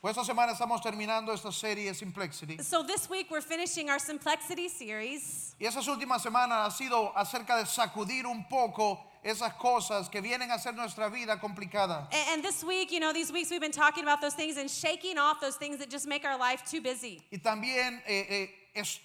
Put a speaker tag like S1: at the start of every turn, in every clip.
S1: Pues esta semana estamos terminando esta serie Simplexity.
S2: So this week we're finishing our Simplexity series.
S1: Y esas últimas semanas ha sido acerca de sacudir un poco esas cosas que vienen a hacer nuestra vida complicada.
S2: A- And this week, you know, these weeks we've been talking about those things and shaking off those things that just make our life too busy.
S1: Y también eh, eh, es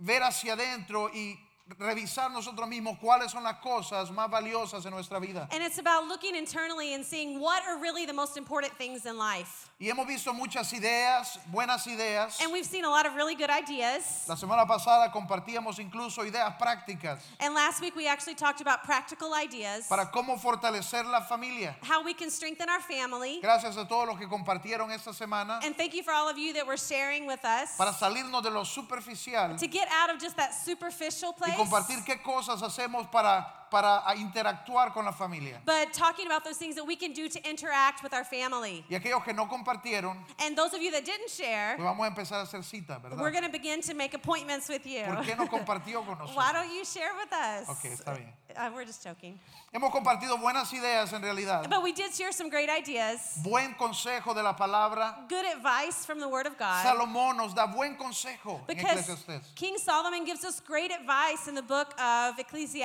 S1: ver hacia adentro y revisar nosotros mismos cuáles son las cosas más valiosas en nuestra vida.
S2: And it's about looking internally and seeing what are really the most important things in life.
S1: Y hemos visto muchas ideas, buenas ideas.
S2: And we've seen a lot of really good ideas.
S1: La semana pasada compartíamos incluso ideas prácticas
S2: And last week we actually talked about practical ideas,
S1: para cómo fortalecer la familia.
S2: how we can strengthen our family.
S1: Gracias a todos los que compartieron esta semana
S2: And thank you for all of you that were sharing with us
S1: para salirnos de lo superficial
S2: to get out of just that superficial
S1: y
S2: place.
S1: compartir qué cosas hacemos para, para a interactuar con la familia.
S2: But talking about those things that we can do to interact with our family.
S1: Y aquellos que no compartieron,
S2: And those of you that didn't share,
S1: pues vamos a empezar a hacer citas,
S2: we're
S1: ¿verdad?
S2: going to begin to make appointments with you.
S1: ¿Por qué no compartió con nosotros?
S2: Why don't you share with us?
S1: Ok, está bien.
S2: Uh, we're just joking.
S1: Hemos compartido buenas ideas en realidad,
S2: But we did share some great ideas,
S1: buen consejo de la palabra.
S2: good advice from the Word of God.
S1: Salomón nos da buen consejo en
S2: because
S1: Eclesiastés.
S2: King Solomon gives us great advice in the book of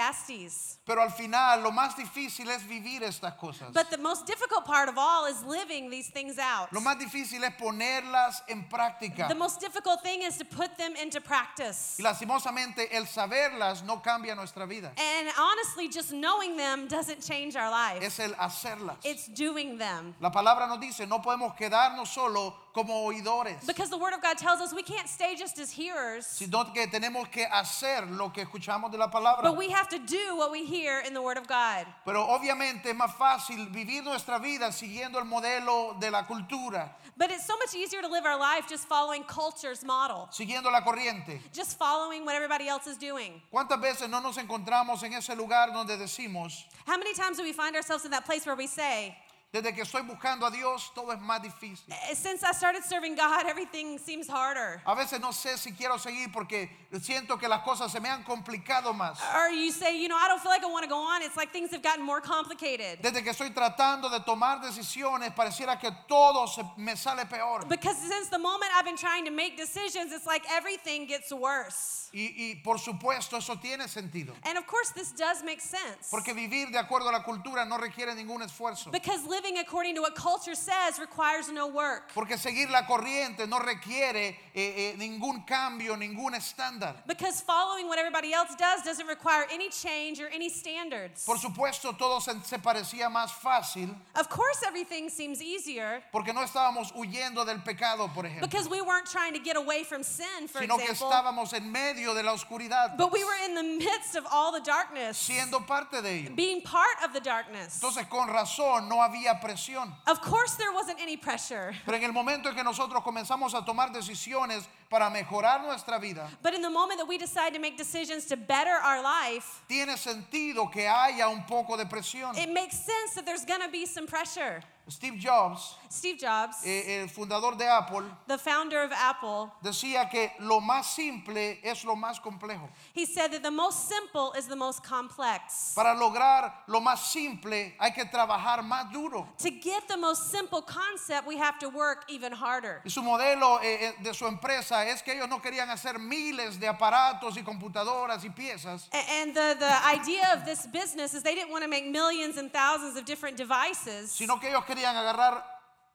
S2: Ecclesiastes.
S1: Pero al final lo más difícil es vivir estas cosas.
S2: But the most difficult part of all is living these things out.
S1: Lo más difícil es ponerlas en práctica.
S2: The most difficult thing is to put them into practice.
S1: Y lastimosamente el saberlas no cambia nuestra vida.
S2: And honestly, just knowing them doesn't change our life.
S1: Es el hacerlas.
S2: It's doing them.
S1: La palabra nos dice, no podemos quedarnos solo como oidores,
S2: Because the Word of God tells us we can't stay just as hearers,
S1: sino que tenemos que hacer lo que escuchamos de la palabra.
S2: but we have to do what we hear in the Word of God.
S1: Pero obviamente es más fácil vivir nuestra vida siguiendo el modelo de la cultura,
S2: But it's so much easier to live our life just following culture's model,
S1: siguiendo la corriente.
S2: just following what everybody else is doing.
S1: ¿Cuántas veces no nos encontramos en ese lugar donde decimos,
S2: How many times do we find ourselves in that place where we say,
S1: desde que estoy buscando a Dios, todo es más difícil?
S2: "Eh, Since I started serving God, everything seems harder?
S1: A veces no sé si quiero seguir porque siento que las cosas se me han complicado más.
S2: Or you say, You know, I don't feel like I want to go on. It's like things have gotten more complicated.
S1: Desde que estoy tratando de tomar decisiones, pareciera que todo se- me sale peor.
S2: Because since the moment I've been trying to make decisions, it's like everything gets worse.
S1: Y, y, por supuesto, eso tiene sentido.
S2: And of course, this does make sense.
S1: Porque vivir de acuerdo a la cultura no requiere ningún esfuerzo.
S2: Because living according to what culture says requires no work.
S1: Porque seguir la corriente no requiere eh, eh, ningún cambio, ningún estándar.
S2: Because following what everybody else does doesn't require any change or any standards.
S1: Por supuesto, todo se, se parecía más fácil
S2: Of course, everything seems easier
S1: porque no estábamos huyendo del pecado, por ejemplo,
S2: because we weren't trying to get away from sin, for
S1: sino que
S2: example,
S1: estábamos en medio de la oscuridad,
S2: but we were in the midst of all the darkness,
S1: siendo parte de ello.
S2: being part of the darkness.
S1: Entonces, con razón, no había presión.
S2: Of course, there wasn't any pressure.
S1: Pero en el momento en que nosotros comenzamos a tomar decisiones para mejorar nuestra vida,
S2: But in the moment that we decide to make decisions to better our life,
S1: tiene sentido que haya un poco de presión.
S2: it makes sense that there's going to be some pressure.
S1: Steve Jobs,
S2: Steve Jobs,
S1: eh, el fundador de Apple,
S2: the founder of Apple,
S1: decía que lo más simple es lo más complejo.
S2: he said that the most simple is the most complex.
S1: Para lograr lo más simple hay que trabajar más duro.
S2: To get the most simple concept, we have to work even harder.
S1: Y su modelo eh, eh, de su empresa es que ellos no querían hacer miles de aparatos y computadoras y piezas,
S2: A- And the, the idea of this business is they didn't want to make millions and thousands of different devices,
S1: sino que ellos querían agarrar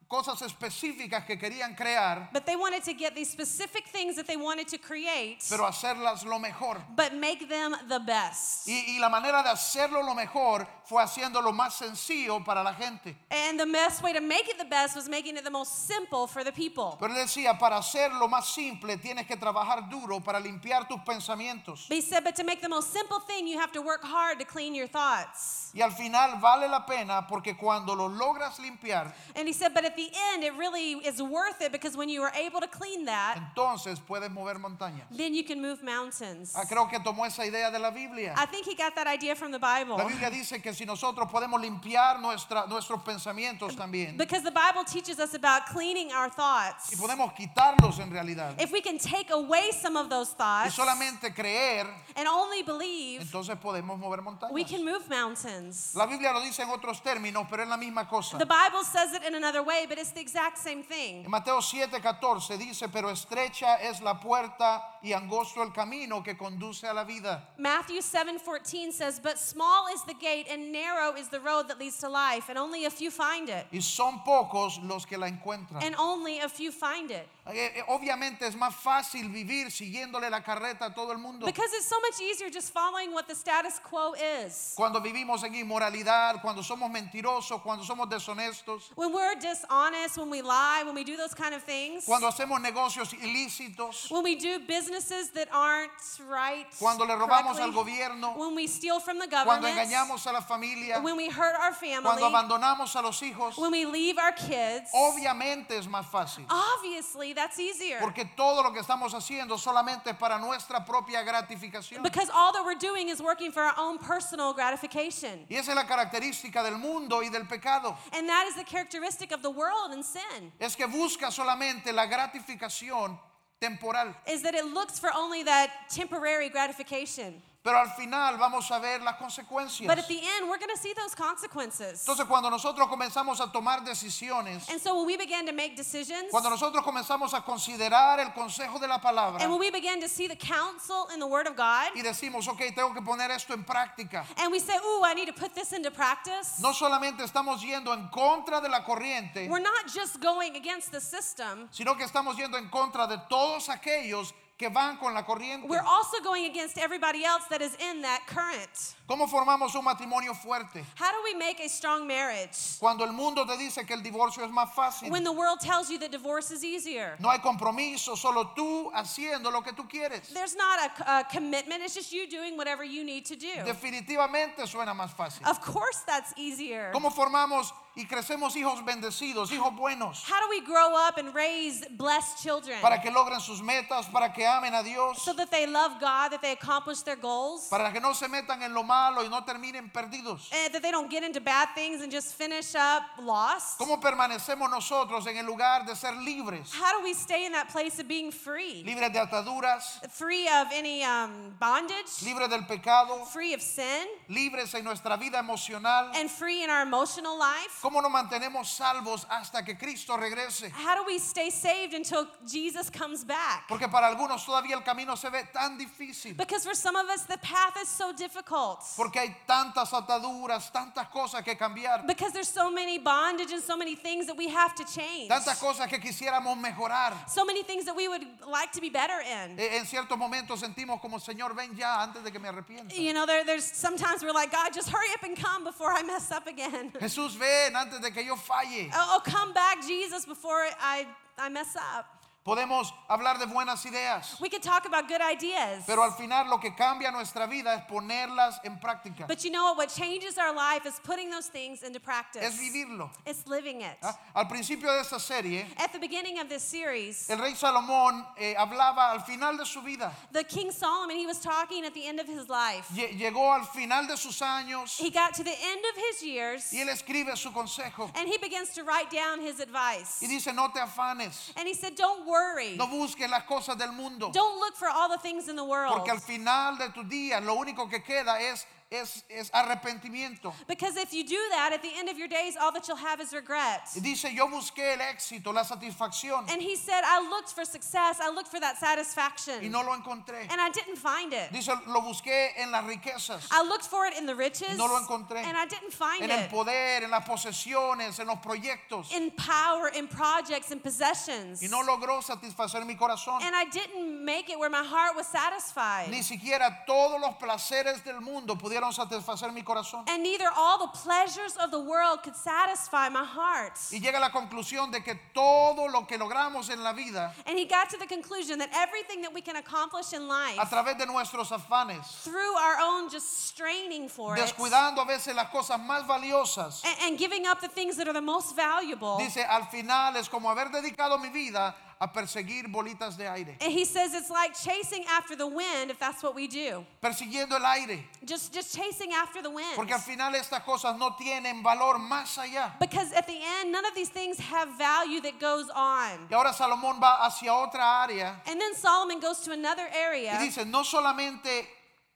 S1: cosas específicas que querían crear,
S2: but they wanted to get these specific things that they wanted to create,
S1: pero hacerlas lo mejor.
S2: but make them the best.
S1: Y, y la manera de hacerlo lo mejor fue haciendo lo más sencillo para la gente.
S2: And the best way to make it the best was making it the most simple for the people.
S1: Pero él decía, para hacer lo más simple tienes que trabajar duro para limpiar tus pensamientos.
S2: But he said, but to make the most simple thing, you have to work hard to clean your thoughts.
S1: Y al final vale la pena porque cuando lo logras limpiar,
S2: And he said, but at the end, it really is worth it because when you are able to clean that,
S1: entonces puedes mover montañas.
S2: then you can move mountains.
S1: Ah, creo que tomó esa idea de la Biblia.
S2: I think he got that idea from the Bible.
S1: La Biblia dice que si nosotros podemos limpiar nuestra- nuestros pensamientos también
S2: Because the Bible teaches us about cleaning our
S1: y
S2: thoughts.
S1: podemos quitarlos en realidad
S2: If we can take away some of those
S1: y
S2: thoughts
S1: solamente creer,
S2: and only believe,
S1: entonces podemos mover
S2: we
S1: montañas.
S2: can move mountains.
S1: La Biblia lo dice en otros términos, pero es la misma cosa.
S2: The Bible says it in another way, but it's the exact same thing.
S1: En Mateo 7, 14 dice, pero estrecha es la puerta y angosto el camino que conduce a la vida.
S2: Matthew 7:14 says, "But small is the gate and narrow is the road that leads to life, and only a few find it."
S1: Y son pocos los que la encuentran.
S2: And only a few find it.
S1: Eh, eh, Obviamente es más fácil vivir siguiéndole la carreta a todo el mundo.
S2: Because it's so much easier just following what the status quo is.
S1: Cuando vivimos en inmoralidad, cuando somos mentirosos, cuando somos deshonestos,
S2: When we're dishonest, when we lie, when we do those kind of things,
S1: cuando hacemos negocios ilícitos,
S2: when we do businesses that aren't right,
S1: Cuando le robamos
S2: correctly,
S1: al gobierno,
S2: when we steal from the
S1: cuando
S2: government,
S1: engañamos a la familia,
S2: when we hurt our family,
S1: cuando abandonamos a los hijos,
S2: when we leave our kids,
S1: obviamente es más fácil.
S2: Ah, obviously that's easier.
S1: Porque todo lo que estamos haciendo solamente es para nuestra propia gratificación.
S2: Because all that we're doing is working for our own personal gratification.
S1: Y esa es la característica del mundo y del pecado.
S2: And that is the characteristic of the world and sin,
S1: Es que busca solamente la gratificación temporal.
S2: is that it looks for only that temporary gratification.
S1: Pero al final vamos a ver las consecuencias.
S2: But at the end, we're going to see those consequences.
S1: Entonces cuando nosotros comenzamos a tomar decisiones,
S2: and so when we begin to make decisions,
S1: cuando nosotros comenzamos a considerar el consejo de la palabra
S2: and when we begin to see the counsel in the Word of God,
S1: y decimos, ok, tengo que poner esto en práctica,
S2: and we say, ooh, I need to put this into practice,
S1: no solamente estamos yendo en contra de la corriente,
S2: we're not just going against the system,
S1: sino que estamos yendo en contra de todos aquellos que van con la corriente.
S2: we're also going against everybody else that is in that current.
S1: ¿Cómo formamos un matrimonio fuerte?
S2: How do we make a strong marriage?
S1: Cuando el mundo te dice que el divorcio es más fácil,
S2: When the world tells you that divorce is easier,
S1: no hay compromiso, solo tú haciendo lo que tú quieres.
S2: there's not a, a commitment, it's just you doing whatever you need to do.
S1: Definitivamente suena más fácil.
S2: Of course, that's easier.
S1: ¿Cómo formamos y crecemos hijos bendecidos, hijos buenos?
S2: How do we grow up and raise blessed children
S1: para que logren sus metas, para que amen a Dios,
S2: so that they love God, that they accomplish their goals,
S1: para que no se metan en lo malo y no terminen perdidos.
S2: and that they don't get into bad things and just finish up lost?
S1: ¿Cómo permanecemos nosotros en el lugar de ser libres?
S2: How do we stay in that place of being free?
S1: Libres de ataduras,
S2: Free of any um, bondage,
S1: libres del pecado,
S2: free of sin,
S1: libres en nuestra vida emocional.
S2: and free in our emotional life?
S1: ¿Cómo nos mantenemos salvos hasta que Cristo regrese?
S2: How do we stay saved until Jesus comes back?
S1: Porque para algunos todavía el camino se ve tan difícil.
S2: Because for some of us, the path is so difficult.
S1: Porque hay tantas ataduras, tantas cosas que cambiar,
S2: Because there's so many bondage and so many things that we have to change.
S1: tantas cosas que quisiéramos mejorar.
S2: So many things that we would like to be better in.
S1: Eh, En ciertos momentos sentimos como, Señor, ven ya antes de que me arrepienta.
S2: You know, there, there's sometimes we're like, God, just hurry up and come before I mess up again.
S1: Jesús, ven antes de que yo falle.
S2: oh, oh, come back, Jesus, before I, I mess up.
S1: Podemos hablar de buenas ideas,
S2: We could talk about good ideas.
S1: pero al final lo que cambia nuestra vida es ponerlas en práctica,
S2: But you know what? What changes our life is putting those things into practice,
S1: es vivirlo.
S2: it's living it.
S1: ¿ah? Al principio de esta serie,
S2: At the beginning of this series,
S1: el rey Salomón eh, hablaba al final de su vida,
S2: the King Solomon, he was talking at the end of his life.
S1: Lle- llegó al final de sus años
S2: He got to the end of his years
S1: y él escribe su consejo
S2: and he begins to write down his advice.
S1: y dice, no te afanes,
S2: And he said, Don't worry.
S1: no busques las cosas del mundo,
S2: Don't look for all the things in the world.
S1: porque al final de tu día lo único que queda es, es, es arrepentimiento.
S2: Because if you do that, at the end of your days, all that you'll have is regret.
S1: Y dice, yo busqué el éxito, la satisfacción
S2: And he said, I looked for success, I looked for that satisfaction,
S1: y no lo encontré.
S2: and I didn't find it.
S1: Dice, lo busqué en las riquezas,
S2: I looked for it in the riches,
S1: No lo encontré.
S2: and I didn't find
S1: en el
S2: it.
S1: poder, en las posesiones, en los proyectos.
S2: In power, in projects, in possessions.
S1: Y no logró satisfacer mi corazón.
S2: And I didn't make it where my heart was satisfied.
S1: Ni siquiera todos los placeres del mundo pudieron satisfacer mi corazón.
S2: And neither all the pleasures of the world could satisfy my heart.
S1: Y llega a la conclusión de que todo lo que logramos en la vida,
S2: And he got to the conclusion that everything that we can accomplish in
S1: a
S2: life
S1: través de nuestros afanes,
S2: through our own just straining for it
S1: descuidando a veces las cosas más valiosas,
S2: and, and giving up the things that are the most valuable.
S1: dice, al final es como haber dedicado mi vida a perseguir bolitas de aire,
S2: And he says it's like chasing after the wind if that's what we do.
S1: persiguiendo el aire.
S2: Just just chasing after the wind.
S1: Porque al final estas cosas no tienen valor más allá.
S2: Because at the end none of these things have value that goes on.
S1: Y ahora Salomón va hacia otra área
S2: And then Solomon goes to another
S1: y
S2: area
S1: dice, no solamente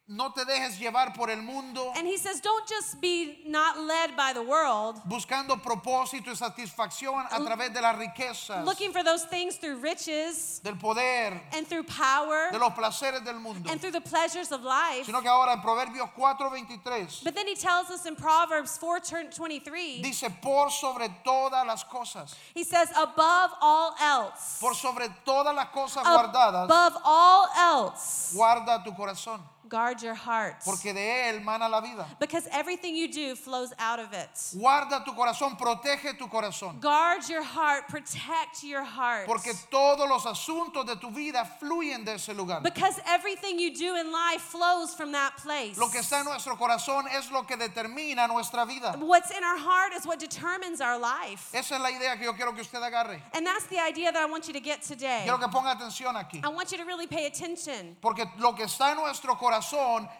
S1: No te dejes llevar por el mundo
S2: And he says, don't just be not led by the world,
S1: buscando propósito y satisfacción a través de las riquezas,
S2: looking for those things through riches
S1: del poder,
S2: and through power
S1: de los placeres del mundo.
S2: and through the pleasures of life.
S1: Sino que ahora en Proverbios 4:23
S2: But then he tells us in Proverbs 4 turn- 23,
S1: dice, por sobre todas las cosas,
S2: he says, above all else,
S1: por sobre todas las cosas guardadas,
S2: above all else,
S1: guarda tu corazón,
S2: guard your heart.
S1: porque de él mana la vida.
S2: Because everything you do flows out of it.
S1: Guarda tu corazón, protege tu corazón.
S2: Guard your heart, protect your heart.
S1: Porque todos los asuntos de tu vida fluyen de ese lugar.
S2: Because everything you do in life flows from that place.
S1: Lo que está en nuestro corazón es lo que determina nuestra vida.
S2: What's in our heart is what determines our life.
S1: Esa es la idea que yo quiero que usted agarre.
S2: And that's the idea that I want you to get today.
S1: Quiero que ponga atención aquí.
S2: I want you to really pay attention.
S1: Porque lo que está en nuestro corazón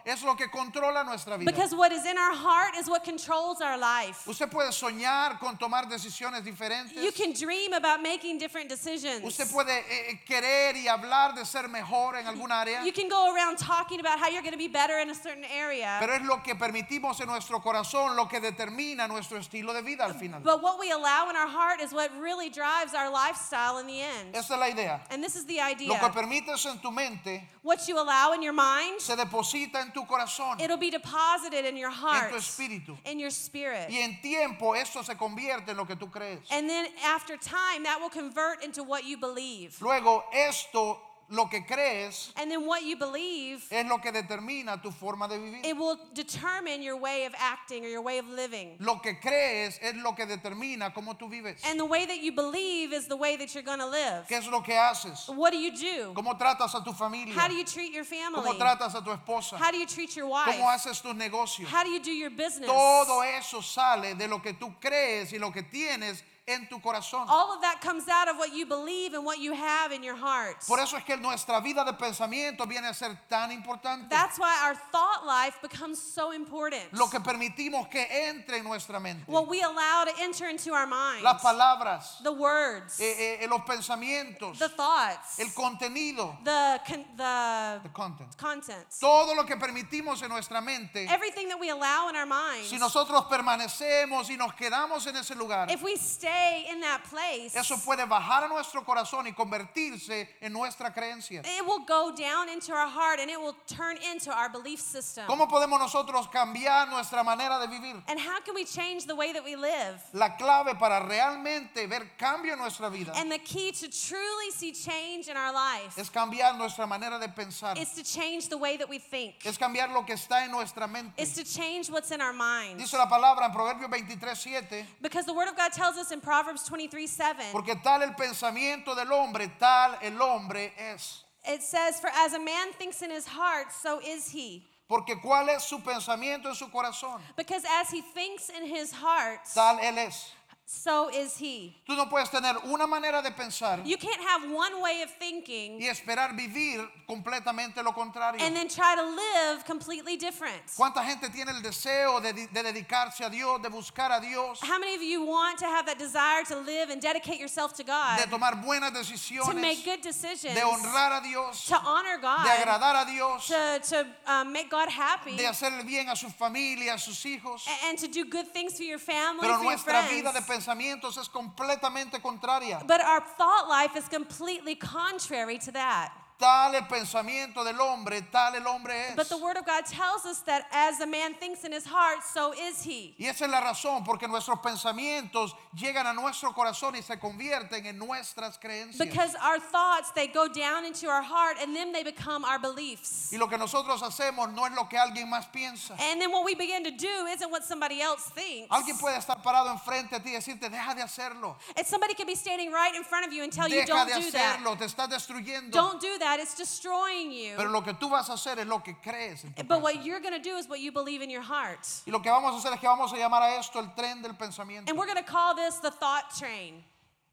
S1: es lo que controla nuestra vida.
S2: Because what is in our heart is what controls our life.
S1: Usted puede soñar con tomar decisiones
S2: You
S1: diferentes.
S2: can dream about making different decisions.
S1: Usted puede eh, eh, querer y hablar de ser mejor en alguna área.
S2: You can go around talking about how you're going to be better in a certain area.
S1: Pero es lo que permitimos en nuestro corazón lo que determina nuestro estilo de vida al final.
S2: But what we allow in our heart is what really drives our lifestyle in the end.
S1: Esa es la idea.
S2: And this is the
S1: Lo que
S2: idea.
S1: permites en tu mente
S2: What you allow in your mind,
S1: se deposita en tu corazón, en
S2: it'll be deposited in your heart,
S1: tu espíritu.
S2: in your spirit.
S1: Y en tiempo esto se convierte en lo que tú crees.
S2: And then after time, that will convert into what you believe.
S1: Luego esto, lo que crees,
S2: And then what you believe,
S1: es lo que determina tu forma de vivir.
S2: it will determine your way of acting or your way of living.
S1: Lo que crees es lo que determina cómo tú vives.
S2: And the way that you believe is the way that you're going to live.
S1: ¿Qué es lo que haces?
S2: What do you do?
S1: ¿Cómo tratas a tu familia?
S2: Um, How do you treat your
S1: ¿Cómo
S2: family?
S1: tratas a tu esposa?
S2: How do you treat your
S1: ¿Cómo
S2: wife?
S1: haces tus negocios?
S2: How do you do your business?
S1: Todo eso sale de lo que tú crees y lo que tienes en tu corazón.
S2: All of that comes out of what you believe and what you have in your heart.
S1: Por eso es que nuestra vida de pensamiento viene a ser tan importante.
S2: That's why our thought life becomes so important.
S1: Lo que permitimos que entre en nuestra mente.
S2: What we allow to enter into our minds,
S1: Las palabras,
S2: the words,
S1: eh, eh, eh, los pensamientos,
S2: the thoughts,
S1: el contenido,
S2: the con- the
S1: the content.
S2: contents,
S1: Todo lo que permitimos en nuestra mente.
S2: everything that we allow in our minds.
S1: Si nosotros permanecemos y nos quedamos en ese lugar,
S2: if we stay in that place,
S1: eso puede bajar a nuestro corazón y convertirse en nuestra creencia.
S2: it will go down into our heart and it will turn into our belief system.
S1: ¿Cómo podemos nosotros cambiar nuestra manera de vivir?
S2: And how can we change the way that we live?
S1: La clave para realmente ver cambio en nuestra vida
S2: And the key to truly see change in our life
S1: es cambiar nuestra manera de pensar,
S2: is to change the way that we think.
S1: es cambiar lo que está en nuestra mente.
S2: It's to change what's in our mind.
S1: Dice la palabra en Proverbios 23, 7,
S2: Because the Word of God tells us in Proverbs 23 7,
S1: porque tal el pensamiento del hombre, tal el hombre es.
S2: it says, For as a man thinks in his heart, so is he.
S1: Porque cuál es su pensamiento en su corazón,
S2: Because as he thinks in his heart,
S1: tal él es.
S2: so is he.
S1: Tú no puedes tener una manera de pensar
S2: You can't have one way of thinking
S1: y esperar vivir completamente lo contrario.
S2: and then try to live completely different.
S1: ¿Cuánta gente tiene el deseo de, di- de dedicarse a Dios, de buscar a Dios,
S2: How many of you want to have that desire to live and dedicate yourself to God,
S1: de tomar buenas
S2: to
S1: decisiones,
S2: make good decisions,
S1: de honrar a Dios,
S2: to honor God,
S1: de agradar a Dios,
S2: to, to um, make God happy,
S1: de hacer el bien a su familia, a sus hijos?
S2: a- and to do good things for your family,
S1: Pero
S2: for your
S1: nuestra vida
S2: friends.
S1: de pensamientos es completamente contraria.
S2: But our thought life is completely contrary to that.
S1: Tal el pensamiento del hombre, tal el hombre
S2: But
S1: es.
S2: the Word of God tells us that as a man thinks in his heart, so is he.
S1: Y esa es la razón porque nuestros pensamientos llegan a nuestro corazón y se convierten en nuestras creencias.
S2: Because our thoughts, they go down into our heart and then they become our beliefs.
S1: Y lo que nosotros hacemos no es lo que alguien más piensa.
S2: And then what we begin to do isn't what somebody else thinks.
S1: Alguien puede estar parado enfrente a ti y decirte, deja de hacerlo.
S2: And somebody could be standing right in front of you and tell you,
S1: Deja
S2: don't
S1: de
S2: do that.
S1: hacerlo, te estás destruyendo.
S2: Don't do that. It's destroying you.
S1: Pero lo que tú vas a hacer es lo que crees. en tu
S2: But
S1: corazón.
S2: what you're going to do is what you believe in your heart.
S1: Y lo que vamos a hacer es que vamos a llamar a esto el tren del pensamiento.
S2: And we're going to call this the thought train.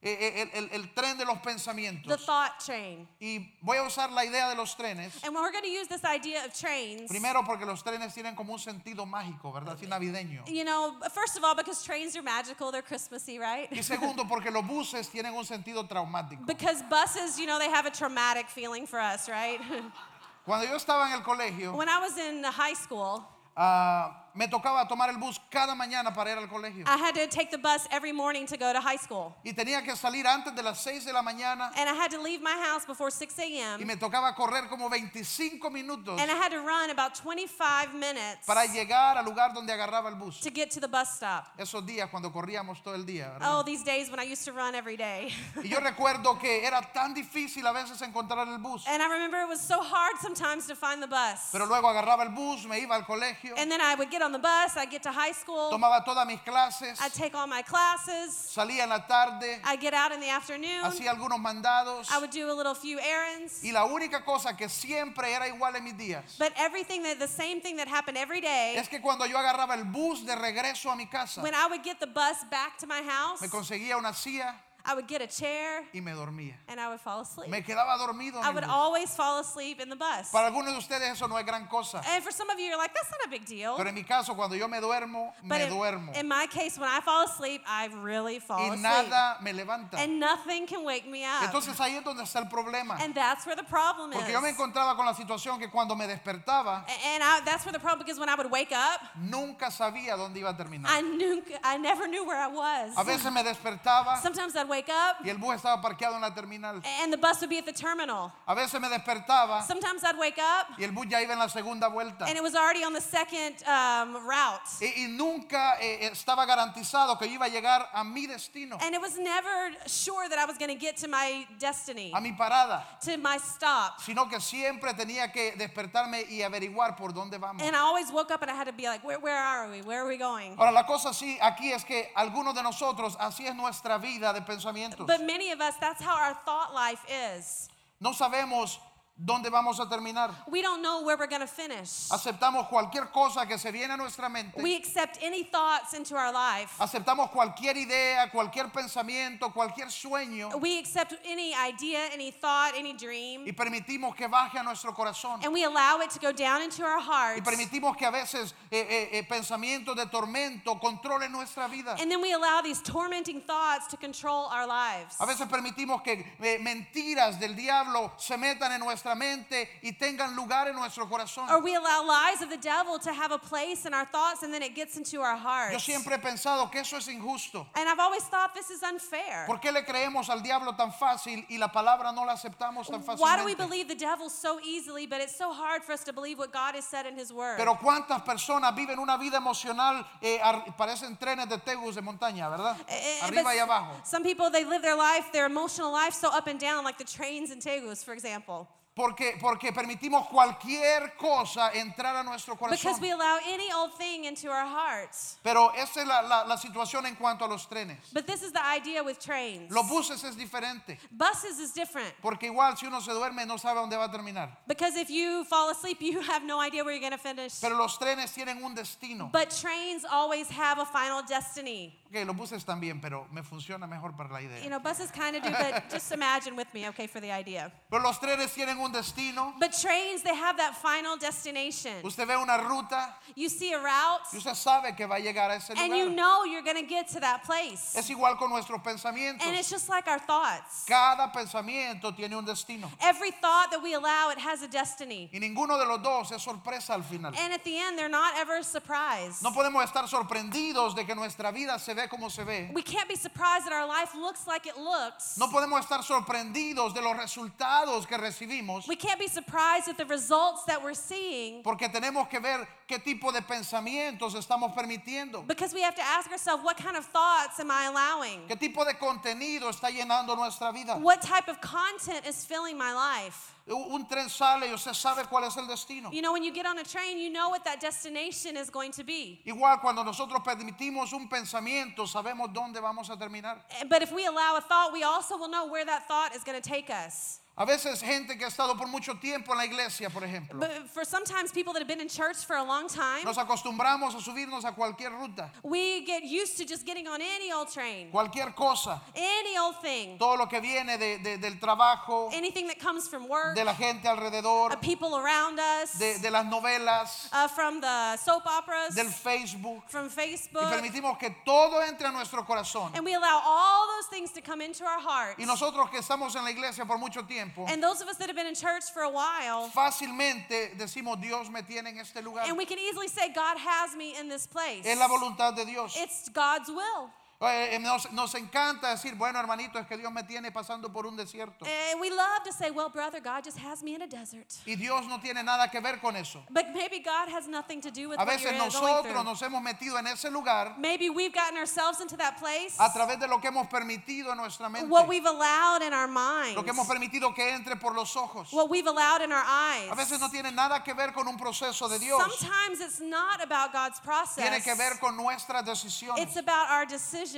S1: Eh, eh, El, el- el tren de los
S2: The
S1: pensamientos.
S2: thought train.
S1: Y voy a usar la idea de los trenes.
S2: And we're going to use this idea of trains.
S1: Primero porque los trenes tienen como un sentido mágico, ¿verdad? Así navideño.
S2: You know, first of all, because trains are magical, they're Christmassy, right?
S1: Y segundo porque los buses tienen un sentido traumático.
S2: Because buses, you know, they have a traumatic feeling for us, right?
S1: Cuando yo estaba en el colegio,
S2: When I was in high school,
S1: ah, me tocaba tomar el bus cada mañana para ir al colegio.
S2: I had to take the bus every morning to go to high school.
S1: Y tenía que salir antes de las 6 de la mañana
S2: And I had to leave my house before 6
S1: y
S2: a.m.
S1: me tocaba correr como 25 minutos
S2: And I had to run about 25 minutes
S1: para llegar al lugar donde agarraba el bus.
S2: to get to the bus stop.
S1: Esos días cuando corríamos todo el día. ¿verdad?
S2: Oh, these days when I used to run every day.
S1: Y yo recuerdo que era tan difícil a veces encontrar el bus.
S2: and I remember it was so hard sometimes to find the bus.
S1: Pero luego agarraba el bus, me iba al colegio,
S2: and then I would get on the bus, I'd get to high school,
S1: tomaba todas mis clases,
S2: I'd take all my classes,
S1: salía en la tarde,
S2: I'd get out in the afternoon,
S1: hacía algunos mandados.
S2: I would do a little few errands.
S1: Y la única cosa que siempre era igual en mis días
S2: But everything that the same thing that happened every day,
S1: es que cuando yo agarraba el bus de regreso a mi casa,
S2: when I would get the bus back to my house,
S1: me conseguía una silla
S2: I would get a chair
S1: y me dormía.
S2: and I would fall asleep.
S1: Me quedaba dormido. en
S2: I
S1: el
S2: would
S1: bus.
S2: always fall asleep in the bus.
S1: Para algunos de ustedes eso no es gran cosa,
S2: And for some of you, you're like, that's not a big deal.
S1: pero en mi caso cuando yo me duermo,
S2: But
S1: me duermo
S2: in, in my case, when I fall asleep, I really fall
S1: y
S2: asleep.
S1: nada me levanta.
S2: And nothing can wake me up.
S1: Entonces ahí es donde está el problema.
S2: And that's where the problem is.
S1: Porque yo me encontraba con la situación que cuando me despertaba,
S2: A- And I, that's where the problem because when I would wake up,
S1: nunca sabía dónde iba a terminar.
S2: I knew I never knew where I was.
S1: A veces me despertaba
S2: Sometimes I'd wake up
S1: y el bus estaba parqueado en la terminal.
S2: and the bus would be at the terminal.
S1: A veces me despertaba
S2: Sometimes I'd wake up
S1: y el bus ya iba en la segunda vuelta.
S2: and it was already on the second um, route.
S1: Y, y nunca eh, estaba garantizado que iba a llegar a mi destino,
S2: And it was never sure that I was going to get to my destiny,
S1: a mi parada,
S2: to my stop.
S1: sino que siempre tenía que despertarme y averiguar por dónde vamos.
S2: And I always woke up and I had to be like, where, where are we? Where are we going?
S1: Ahora, la cosa sí aquí es que algunos de nosotros, así es nuestra vida de pensamientos.
S2: But many of us, that's how our thought life is.
S1: No sabemos dónde vamos a terminar.
S2: We don't know where we're going to finish.
S1: Aceptamos cualquier cosa que se viene a nuestra mente.
S2: We accept any thoughts into our life.
S1: Aceptamos cualquier idea, cualquier pensamiento, cualquier sueño
S2: We accept any idea, any thought, any
S1: y
S2: dream,
S1: permitimos que baje a nuestro corazón.
S2: and we allow it to go down into our
S1: Y
S2: hearts.
S1: permitimos que a veces eh, eh, eh, pensamientos de tormento controlen nuestra vida.
S2: And then we allow these tormenting thoughts to control our lives.
S1: A veces permitimos que eh, mentiras del diablo se metan en nuestra mente y tengan lugar en nuestro
S2: Or
S1: corazón.
S2: we allow lies of the devil to have a place in our thoughts and then it gets into our
S1: Yo
S2: hearts.
S1: siempre he pensado que eso es injusto.
S2: And I've always thought this is unfair.
S1: ¿Por qué le creemos al diablo tan fácil y la palabra no la aceptamos tan
S2: Why do we
S1: fácilmente?
S2: believe the devil so easily, but it's so hard for us to believe what God has said in his word?
S1: Pero cuántas personas viven una vida emocional, eh, ar- parecen trenes de Tegus de montaña, ¿verdad?
S2: Eh, eh,
S1: Arriba
S2: but
S1: y
S2: s-
S1: abajo.
S2: Some people they live their life, their emotional life so up and down, like the trains in Tegus, for example.
S1: Porque, porque permitimos cualquier cosa entrar a nuestro corazón.
S2: Because we allow any old thing into our hearts.
S1: Pero esa es la, la- la situación en cuanto a los trenes.
S2: But this is the idea with trains.
S1: Los buses es diferente.
S2: Buses is different.
S1: Porque igual si uno se duerme no sabe dónde va a terminar.
S2: Because if you fall asleep, you have no idea where you're gonna finish.
S1: Pero los trenes tienen un destino.
S2: But trains always have a final destiny.
S1: Ok, los buses también, pero me funciona mejor para la
S2: You
S1: idea.
S2: know, buses kind of do, but just imagine with me, okay, for the idea.
S1: Pero los trenes tienen un destino.
S2: But trains, they have that final destination.
S1: Usted ve una ruta
S2: You see a route,
S1: y usted sabe que va a llegar a ese
S2: and you
S1: lugar.
S2: know you're going to get to that place.
S1: Es igual con nuestros pensamientos.
S2: And it's just like our thoughts.
S1: Cada pensamiento tiene un destino.
S2: Every thought that we allow, it has a destiny.
S1: Y ninguno de los dos es sorpresa al final.
S2: And at the end, they're not ever surprised.
S1: No podemos estar sorprendidos de que nuestra vida se ve como se ve.
S2: We can't be surprised that our life looks like it looks.
S1: No podemos estar sorprendidos de los resultados que recibimos
S2: We can't be surprised at the results that we're seeing
S1: porque tenemos que ver qué tipo de pensamientos estamos permitiendo.
S2: because we have to ask ourselves, what kind of thoughts am I allowing?
S1: ¿Qué tipo de contenido está llenando nuestra vida?
S2: What type of content is filling my life?
S1: U- Un tren sale y usted sabe cuál es el destino.
S2: You know, when you get on a train, you know what that destination is going to be.
S1: Igual cuando nosotros permitimos un pensamiento, sabemos dónde vamos a terminar.
S2: Eh, But if we allow a thought, we also will know where that thought is going to take us.
S1: A veces gente que ha estado por mucho tiempo en la iglesia, por ejemplo,
S2: But for sometimes people that have been in church for a long time,
S1: nos acostumbramos a subirnos a cualquier ruta,
S2: we get used to just getting on any old train,
S1: cualquier cosa,
S2: any old thing,
S1: todo lo que viene de- de- del trabajo,
S2: anything that comes from work,
S1: de la gente
S2: uh,
S1: alrededor,
S2: people around us,
S1: de, de las novelas,
S2: uh, from the soap operas,
S1: del Facebook.
S2: from
S1: Y
S2: Facebook.
S1: permitimos que todo entre a nuestro corazón.
S2: And we allow all those things to come into our hearts.
S1: Y nosotros que estamos en la iglesia por mucho tiempo,
S2: And those of us that have been in church for a while,
S1: fácilmente decimos, Dios me tiene en este lugar.
S2: and we can easily say, God has me in this place.
S1: Es la voluntad de Dios.
S2: It's God's will.
S1: Eh, eh, Nos, nos encanta decir, bueno hermanito, es que Dios me tiene pasando por un desierto.
S2: And we love to say, well, brother, God just has me in a desert.
S1: Y Dios no tiene nada que ver con eso.
S2: But maybe God has nothing to do with
S1: A
S2: what you're
S1: veces
S2: going
S1: nosotros
S2: through.
S1: nos hemos metido en ese lugar
S2: Maybe we've gotten ourselves into that place.
S1: a través de lo que hemos permitido en nuestra mente,
S2: What we've allowed in our minds.
S1: lo que hemos permitido que entre por los ojos.
S2: What we've allowed in our eyes.
S1: A veces no tiene nada que ver con un proceso de Dios,
S2: Sometimes it's not about God's process.
S1: tiene que ver con nuestras decisiones.
S2: It's about our decisions.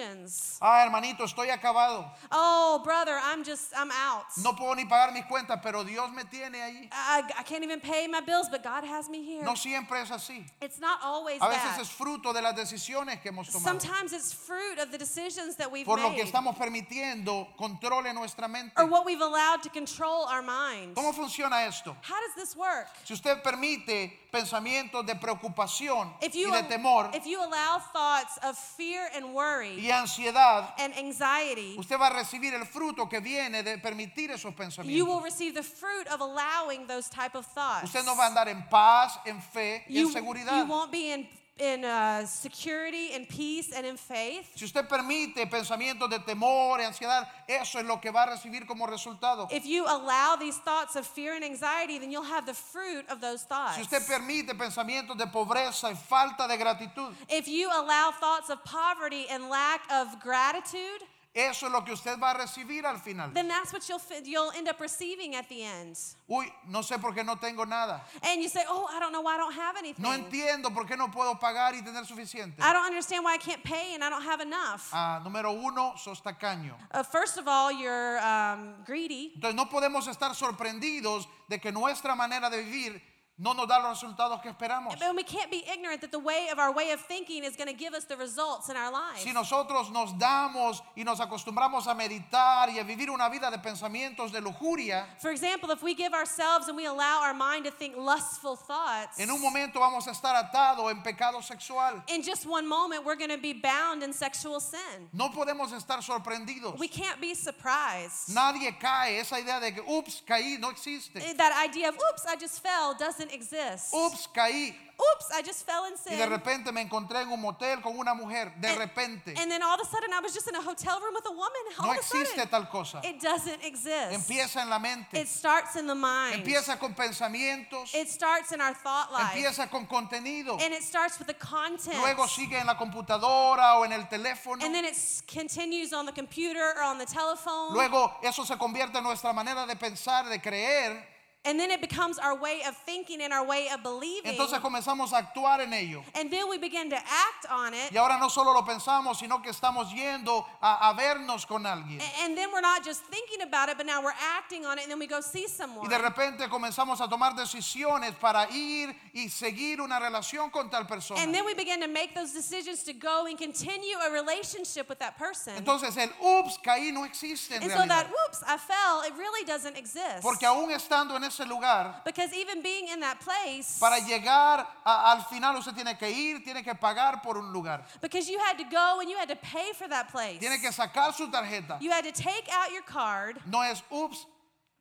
S1: Ah, hermanito, estoy acabado,
S2: Oh, brother, I'm just, I'm out.
S1: no puedo ni pagar mis cuentas, pero Dios me tiene ahí.
S2: I, I can't even pay my bills, but God has me here.
S1: No siempre es así.
S2: It's not always
S1: A veces
S2: that.
S1: es fruto de las decisiones que hemos tomado.
S2: Sometimes it's fruit of the decisions that we've
S1: Por lo que
S2: made
S1: estamos permitiendo controle nuestra mente.
S2: or what we've allowed to control our mind.
S1: ¿Cómo funciona esto?
S2: How does this work?
S1: Si usted permite pensamientos de preocupación
S2: If
S1: y
S2: you,
S1: de
S2: al-
S1: temor
S2: if you allow thoughts of fear and worry
S1: y ansiedad,
S2: and anxiety,
S1: usted va a recibir el fruto que viene de permitir esos
S2: you will
S1: pensamientos.
S2: receive the fruit of allowing those type of thoughts.
S1: Usted no va a andar en paz, en fe y
S2: you,
S1: en seguridad.
S2: you won't be in, in uh, security and peace and in faith.
S1: Si usted permite pensamientos de temor y ansiedad, eso es lo que va a recibir como resultado.
S2: If you allow these thoughts of fear and anxiety, then you'll have the fruit of those thoughts.
S1: Si usted permite pensamientos de pobreza y falta de gratitud,
S2: If you allow thoughts of poverty and lack of gratitude,
S1: eso es lo que usted va a recibir al final.
S2: then that's what you'll fi- you'll end up receiving at the end.
S1: Uy, no sé por qué no tengo nada.
S2: And you say, "Oh, I don't know why I don't have anything.
S1: No entiendo por qué no puedo pagar y tener suficiente.
S2: I don't understand why I can't pay and I don't have enough."
S1: Ah, número uno, sos tacaño.
S2: Uh, first of all, you're um, greedy.
S1: Entonces no podemos estar sorprendidos de que nuestra manera de vivir no nos da los resultados que esperamos.
S2: And we can't be ignorant that the way of our way of thinking is going to give us the results in our life.
S1: Si nosotros nos damos y nos acostumbramos a meditar y a vivir una vida de pensamientos de lujuria,
S2: For example, if we give ourselves and we allow our mind to think lustful thoughts,
S1: en un momento vamos a estar atado en pecado sexual.
S2: in just one moment we're going to be bound in sexual sin.
S1: No podemos estar sorprendidos.
S2: We can't be surprised. eh,
S1: Nadie cae. Esa idea de que, ups, caí, no existe.
S2: That idea of oops, I just fell doesn't exist.
S1: Ups, caí.
S2: Oops, I just fell in sin.
S1: Y de repente me encontré en un motel con una mujer. De
S2: And-
S1: repente.
S2: And then all of a sudden I was just in a hotel room with a woman. All
S1: No
S2: of a
S1: existe
S2: sudden,
S1: tal cosa.
S2: it doesn't exist.
S1: Empieza en la mente.
S2: It starts in the mind.
S1: Empieza con pensamientos.
S2: It starts in our thought life.
S1: Empieza con contenido.
S2: And it starts with the content.
S1: Luego sigue en la computadora o en el teléfono.
S2: And then it s- continues on the computer or on the telephone.
S1: Luego eso se convierte en nuestra manera de pensar, de creer.
S2: And then it becomes our way of thinking and our way of believing.
S1: Entonces comenzamos a actuar en ello.
S2: and then we begin to act on it.
S1: Y ahora no solo lo pensamos, sino que estamos yendo a, a vernos con alguien.
S2: A- And then we're not just thinking about it, but now we're acting on it, and then we go
S1: Y
S2: see someone.
S1: de repente comenzamos a tomar decisiones para ir y seguir una relación con tal
S2: And
S1: persona.
S2: then we begin to make those decisions to go and continue a relationship with that person.
S1: Entonces el ups, caí no existe en
S2: and so that,
S1: realidad.
S2: whoops, I fell, it really doesn't exist.
S1: Porque aún estando en ese lugar,
S2: because even being in that place,
S1: Para llegar a- al final usted tiene que ir, tiene que pagar por un lugar.
S2: because you had to go and you had to pay for that place,
S1: Tiene que sacar su tarjeta.
S2: you had to take out your card.
S1: No es, ups,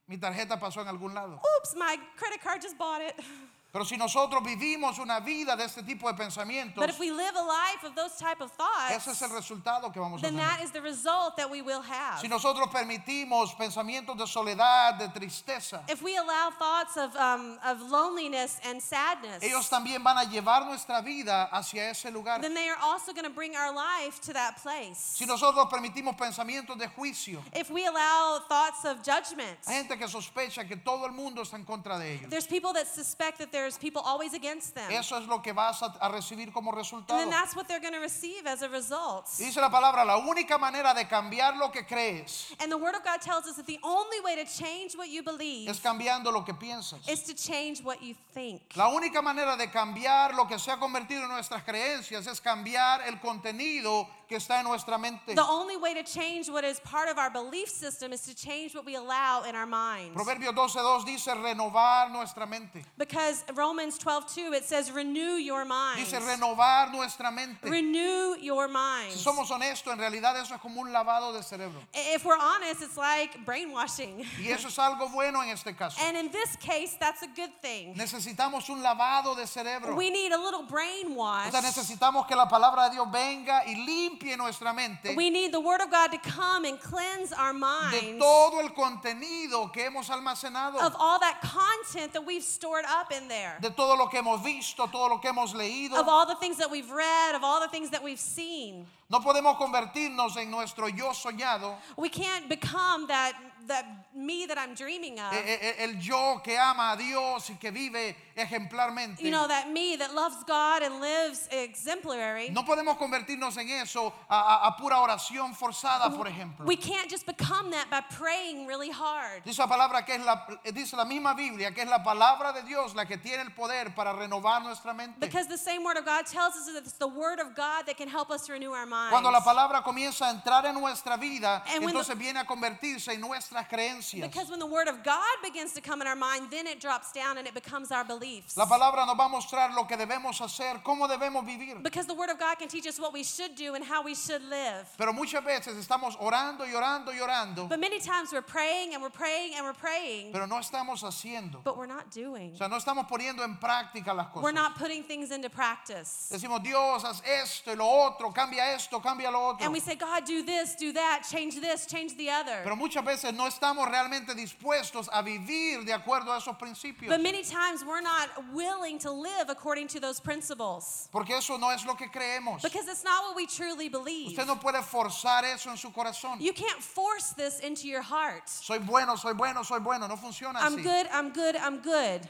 S1: mi tarjeta pasó en algún lado.
S2: Oops, my credit card just bought it.
S1: Pero si nosotros vivimos una vida de este tipo de
S2: But if
S1: pensamientos,
S2: we live a life of those type of thoughts,
S1: ese es el resultado que vamos a
S2: then
S1: tener.
S2: that is the result that we will have.
S1: Si nosotros permitimos pensamientos de soledad, de tristeza,
S2: If we allow thoughts of, um, of loneliness and sadness,
S1: ellos también van a llevar nuestra vida hacia ese lugar.
S2: then they are also going to bring our life to that place.
S1: Si nosotros permitimos pensamientos de juicio,
S2: If we allow thoughts of judgment,
S1: hay gente que sospecha que todo el mundo está en contra de ellos.
S2: there's people that suspect that there's people always against them.
S1: Eso es lo que vas a, a recibir como
S2: And then
S1: resultado.
S2: that's what they're going to receive as a result.
S1: Y Dice la palabra, la única manera de cambiar lo que crees
S2: And the Word of God tells us that the only way to change what you believe
S1: es cambiando lo que piensas.
S2: is to change what you think.
S1: La única manera de cambiar lo que se ha convertido en nuestras creencias es cambiar el contenido que está en nuestra mente.
S2: The only way to change what is part of our belief system is to change what we allow in our minds.
S1: Proverbios 12:2 dice renovar nuestra mente.
S2: Because Romans 12:2 it says renew your minds.
S1: Dice renovar nuestra mente.
S2: Renew your minds.
S1: Si somos honestos, en realidad eso es como un lavado de cerebro.
S2: if we're honest, it's like brainwashing.
S1: Y eso es algo bueno en este caso.
S2: And in this case, that's a good thing.
S1: Necesitamos un lavado de cerebro.
S2: We need a little
S1: O sea,
S2: brainwash.
S1: necesitamos que la palabra de Dios venga y limpie nuestra mente
S2: We need the Word of God to come and cleanse our
S1: de
S2: minds
S1: todo el contenido que hemos almacenado,
S2: of all that content that we've stored up in there,
S1: de todo lo que hemos visto, todo lo que hemos leído.
S2: of all the things that we've read, of all the things that we've seen.
S1: No podemos convertirnos en nuestro yo soñado,
S2: We can't become that, that me that I'm dreaming of.
S1: e- e- el yo que ama a Dios y que vive ejemplarmente.
S2: You know, that me that loves God and lives exemplary.
S1: No podemos convertirnos en eso a, a- a pura oración forzada, por ejemplo.
S2: We can't just become that by praying really hard.
S1: Dice la palabra que es la dice la misma Biblia que es la palabra de Dios la que tiene el poder para renovar nuestra mente.
S2: Because the same word of God tells us that it's the word of God that can help us renew our minds.
S1: Cuando la palabra comienza a entrar en nuestra vida,
S2: And when
S1: entonces viene a convertirse en nuestras creencias.
S2: because when the word of God begins to come in our mind, then it drops down and it becomes our beliefs.
S1: La palabra nos va a mostrar lo que debemos hacer, cómo debemos vivir.
S2: Because the word of God can teach us what we should do and how we should live.
S1: Pero muchas veces estamos orando y orando y orando,
S2: But many times we're praying and we're praying and we're praying,
S1: pero no estamos haciendo.
S2: but we're not doing.
S1: O sea, no estamos poniendo en práctica las
S2: We're
S1: cosas.
S2: not putting things into practice.
S1: Decimos, Dios, haz esto y lo otro, cambia esto, cambia lo otro.
S2: And we say, God, do this, do that, change this, change the other.
S1: Pero muchas veces no estamos realmente dispuestos a vivir de acuerdo a esos principios.
S2: But many times we're not willing to live according to those principles
S1: Porque eso no es lo que creemos.
S2: because it's not what we truly believe.
S1: Usted no puede forzar eso en su corazón.
S2: You can't force this into your heart.
S1: Soy bueno, soy bueno, soy bueno. No funciona
S2: I'm
S1: así.
S2: good, I'm good, I'm good.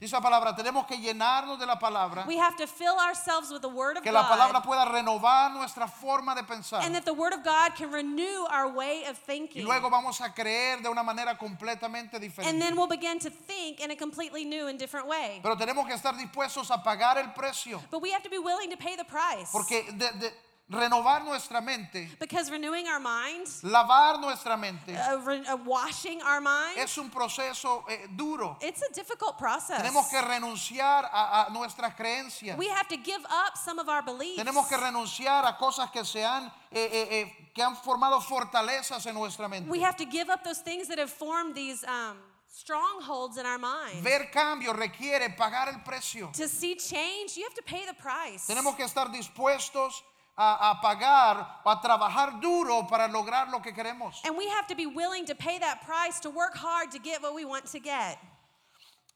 S1: Dice la palabra, tenemos que llenarnos de la palabra.
S2: We have to fill ourselves with the Word of
S1: Ah. Que la palabra
S2: God
S1: pueda renovar nuestra forma de
S2: and
S1: pensar.
S2: that the Word of God can renew our way of
S1: Y
S2: thinking.
S1: luego vamos a creer de una manera completamente
S2: And then
S1: diferente.
S2: we'll begin to think in a completely new and different way.
S1: Pero tenemos que estar dispuestos a pagar el precio.
S2: But we have to be willing to pay the price
S1: Porque de- de- renovar nuestra mente,
S2: because renewing our mind,
S1: lavar nuestra mente,
S2: uh, re- uh, washing our mind,
S1: es un proceso eh, duro.
S2: it's a difficult process.
S1: Tenemos que renunciar a, a nuestras creencias.
S2: We have to give up some of our beliefs.
S1: Tenemos que renunciar a cosas que se han eh, eh, eh, que han formado fortalezas en nuestra mente.
S2: We have to give up those things that have formed these um, strongholds in our mind.
S1: Ver cambio requiere pagar el precio.
S2: To see change, you have to pay the price.
S1: Tenemos que estar dispuestos a, a pagar, a trabajar duro para lograr lo que queremos.
S2: And we have to be willing to pay that price to work hard to get what we want to get.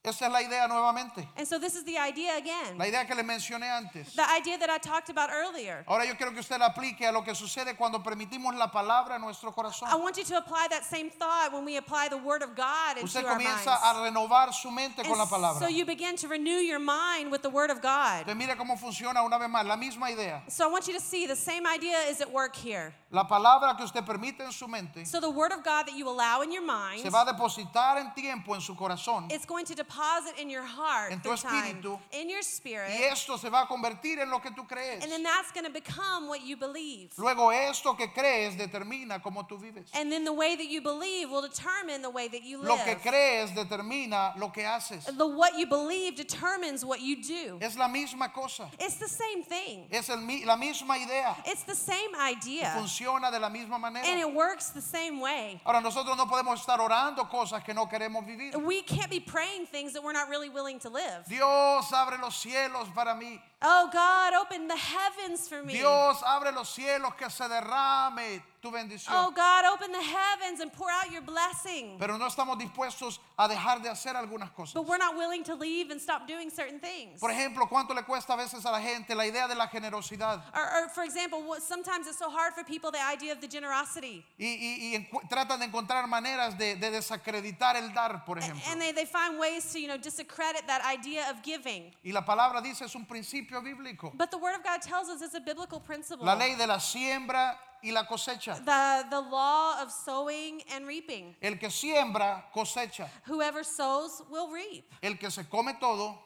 S1: Esa es la idea nuevamente,
S2: And so this is the idea again.
S1: la idea que le mencioné antes.
S2: the idea that I talked about earlier.
S1: Ahora yo quiero que usted la aplique a lo que sucede cuando permitimos la palabra en nuestro
S2: I
S1: corazón.
S2: want you to apply that same thought when we apply the word of God into
S1: Usted
S2: our minds.
S1: comienza a renovar su mente con la
S2: And so
S1: palabra.
S2: you begin to renew your mind with the word of God.
S1: Entonces mire cómo funciona una vez más, la misma idea.
S2: So I want you to see the same idea is at work here.
S1: La palabra que usted permite en su mente
S2: So the word of God that you allow in your mind,
S1: se va a depositar en tiempo en su corazón
S2: it's going to deposit in your heart
S1: En tu
S2: through time,
S1: espíritu.
S2: in your spirit,
S1: y esto se va a convertir en lo que tú crees.
S2: and then that's going to become what you believe.
S1: Luego esto que crees determina cómo tú vives.
S2: And then the way that you believe will determine the way that you
S1: Lo que
S2: live.
S1: crees determina lo que haces.
S2: The what you believe determines what you do.
S1: Es la misma cosa.
S2: It's the same thing.
S1: Es el mi- la misma idea.
S2: It's the same idea.
S1: Funciona de la misma
S2: And
S1: manera.
S2: it works the same way.
S1: Ahora nosotros no podemos estar orando cosas que no queremos vivir.
S2: We can't be praying things that we're not really willing to live.
S1: Dios abre los cielos para mí.
S2: Oh God, open the heavens for me.
S1: Dios abre los cielos que se derrame tu
S2: Oh
S1: bendición.
S2: God, open the heavens and pour out your blessing.
S1: Pero no estamos dispuestos a dejar de hacer algunas cosas.
S2: But we're not willing to leave and stop doing certain things.
S1: Por ejemplo, ¿cuánto le cuesta a veces a la gente la idea de la generosidad?
S2: Or, or for example, what- sometimes it's so hard for people the idea of the generosity.
S1: Y, y- y encu- tratan de encontrar maneras de, de desacreditar el dar, por ejemplo.
S2: And they, they find ways to, you know, discredit that idea of giving.
S1: y la palabra dice es un principio bíblico.
S2: But the Word of God tells us it's a biblical principle.
S1: La ley de la siembra y la cosecha.
S2: The, the law of sowing and reaping.
S1: El que siembra, cosecha.
S2: Whoever sows will reap,
S1: El que se come todo,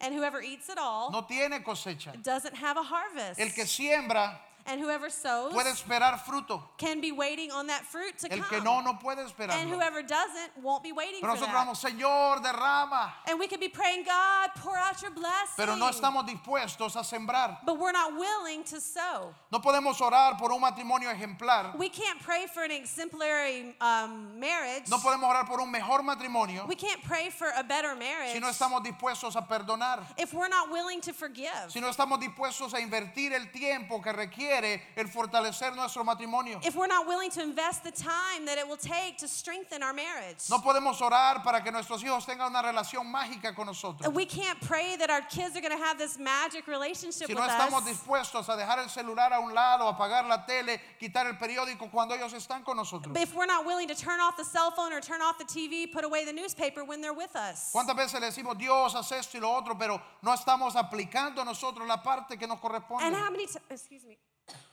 S2: and whoever eats it all
S1: no tiene cosecha.
S2: doesn't have a harvest.
S1: El que siembra,
S2: and whoever sows
S1: puede esperar fruto.
S2: can be waiting on that fruit to
S1: El que
S2: come.
S1: no, no puede esperar.
S2: and whoever doesn't won't be waiting
S1: Pero
S2: for
S1: nosotros
S2: that.
S1: vamos, Señor, derrama.
S2: And we could be praying, God, pour out your blessing.
S1: Pero no estamos dispuestos a sembrar.
S2: but we're not willing to sow.
S1: No podemos orar por un matrimonio ejemplar.
S2: We can't pray for an exemplary um, marriage.
S1: No podemos orar por un mejor matrimonio
S2: we can't pray for a better marriage
S1: si no estamos dispuestos a perdonar.
S2: if we're not willing to forgive.
S1: Si no estamos dispuestos a invertir el tiempo que requiere el fortalecer nuestro matrimonio.
S2: if we're not willing to invest the time that it will take to strengthen our marriage.
S1: No podemos orar para que nuestros hijos tengan una relación mágica con nosotros.
S2: And we can't pray that our kids are going to have this magic relationship
S1: Si
S2: with
S1: no estamos
S2: us.
S1: dispuestos a dejar el celular a un lado, apagar la tele, quitar el periódico cuando ellos están con nosotros.
S2: If we're not willing to turn off the cell phone or turn off the TV, put away the newspaper when they're with us.
S1: ¿Cuántas veces le decimos Dios haz esto y lo otro, pero no estamos aplicando nosotros la parte que nos
S2: And
S1: corresponde?
S2: how many ti- excuse me.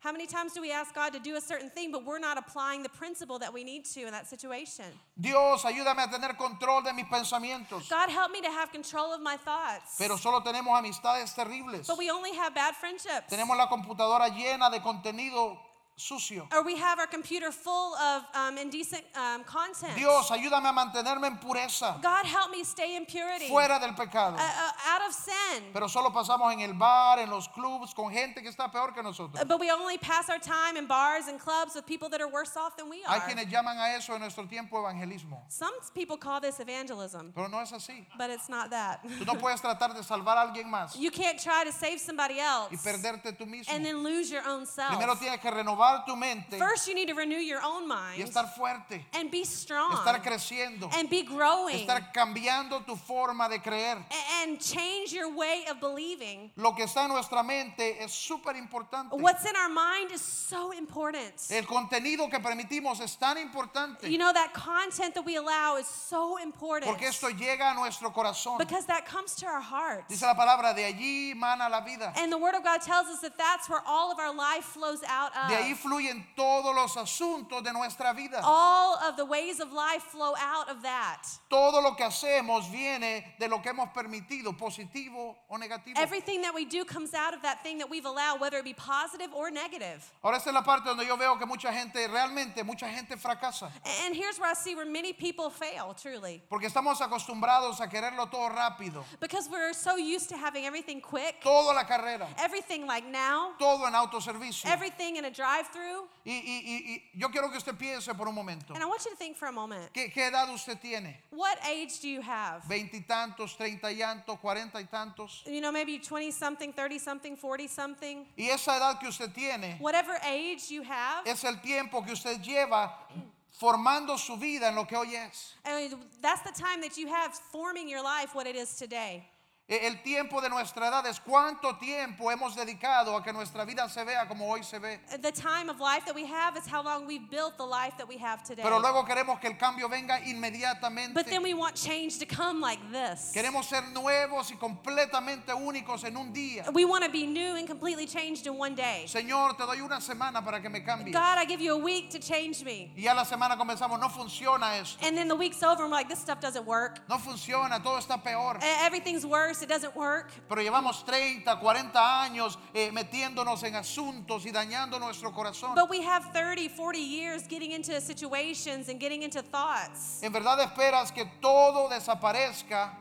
S2: how many times do we ask God to do a certain thing but we're not applying the principle that we need to in that situation?
S1: Dios, ayúdame a tener control de mis pensamientos.
S2: God help me to have control of my thoughts.
S1: Pero solo tenemos amistades terribles.
S2: but we only have bad friendships.
S1: Tenemos la computadora llena de contenido sucio.
S2: or we have our computer full of um, indecent um, content.
S1: Dios, ayúdame a mantenerme en pureza,
S2: God help me stay in purity.
S1: fuera del pecado.
S2: uh, uh, out of sin.
S1: Pero solo pasamos en el bar, en los clubs, con gente que está peor que nosotros.
S2: Uh, But we only pass our time in bars and clubs with people that are worse off than we
S1: Hay
S2: are.
S1: quienes llaman a eso en nuestro tiempo evangelismo,
S2: Some people call this evangelism,
S1: pero no es así.
S2: but it's not that.
S1: Tú no puedes tratar de salvar a alguien más
S2: You can't try to save somebody
S1: y
S2: else
S1: perderte tú mismo.
S2: and then lose your own
S1: Primero
S2: self.
S1: tienes que renovar tu mente
S2: First, you need to renew your own
S1: y
S2: mind
S1: estar fuerte,
S2: and be strong
S1: estar creciendo,
S2: and be growing
S1: estar cambiando tu forma de creer.
S2: a- and change your way of believing.
S1: Lo que está en nuestra mente es súper importante.
S2: What's in our mind is so important.
S1: El contenido que permitimos es tan importante
S2: You know, that content that we allow is so important
S1: porque esto llega a nuestro corazón.
S2: because that comes to our heart.
S1: Dice la palabra, de allí mana la vida.
S2: And the Word of God tells us that that's where all of our life flows out of.
S1: De ahí fluyen todos los asuntos de nuestra vida.
S2: uh, all of the ways of life flow out of that.
S1: Todo lo que hacemos viene de lo que hemos permitido, positivo o negativo.
S2: Everything that we do comes out of that thing that we've allowed, whether it be positive or negative.
S1: Ahora esta es la parte donde yo veo que mucha gente, realmente mucha gente fracasa.
S2: And here's where I see where many people fail, truly.
S1: Porque estamos acostumbrados a quererlo todo rápido,
S2: Because we're so used to having everything quick,
S1: todo a la carrera,
S2: everything like now,
S1: todo en autoservicio.
S2: everything in a drive through.
S1: Y, y- y- y yo quiero que usted piense por un momento.
S2: And I want you to think for a moment
S1: ¿Qué, qué edad usted tiene?
S2: what age do you have?
S1: Veintitantos, treinta y tantos, cuarenta y tantos.
S2: You know, maybe 20 something, 30 something, 40 something.
S1: Y esa edad que usted tiene
S2: Whatever age you have,
S1: es el tiempo que usted lleva formando su vida en lo que hoy es.
S2: I mean, that's the time that you have forming your life what it is today.
S1: E- El tiempo de nuestra edad es cuánto tiempo hemos dedicado a que nuestra vida se vea como hoy se ve.
S2: The time of life that we have is how long we've built the life that we have today.
S1: Pero luego queremos que el cambio venga
S2: but then
S1: inmediatamente.
S2: we want change to come like this.
S1: Queremos ser nuevos y completamente únicos en un día.
S2: We want to be new and completely changed in one day.
S1: Señor, te doy una semana para que me cambies.
S2: God, I give you a week to change me.
S1: Y ya la semana comenzamos, no funciona eso.
S2: And then the week's over and we're like, this stuff doesn't work.
S1: No funciona, todo está peor.
S2: E- Everything's worse. It doesn't work.
S1: Pero llevamos 30, 40 años eh, metiéndonos en asuntos y dañando nuestro corazón.
S2: But we have 30, 40 years getting into situations and getting into thoughts.
S1: ¿En verdad esperas que todo desaparezca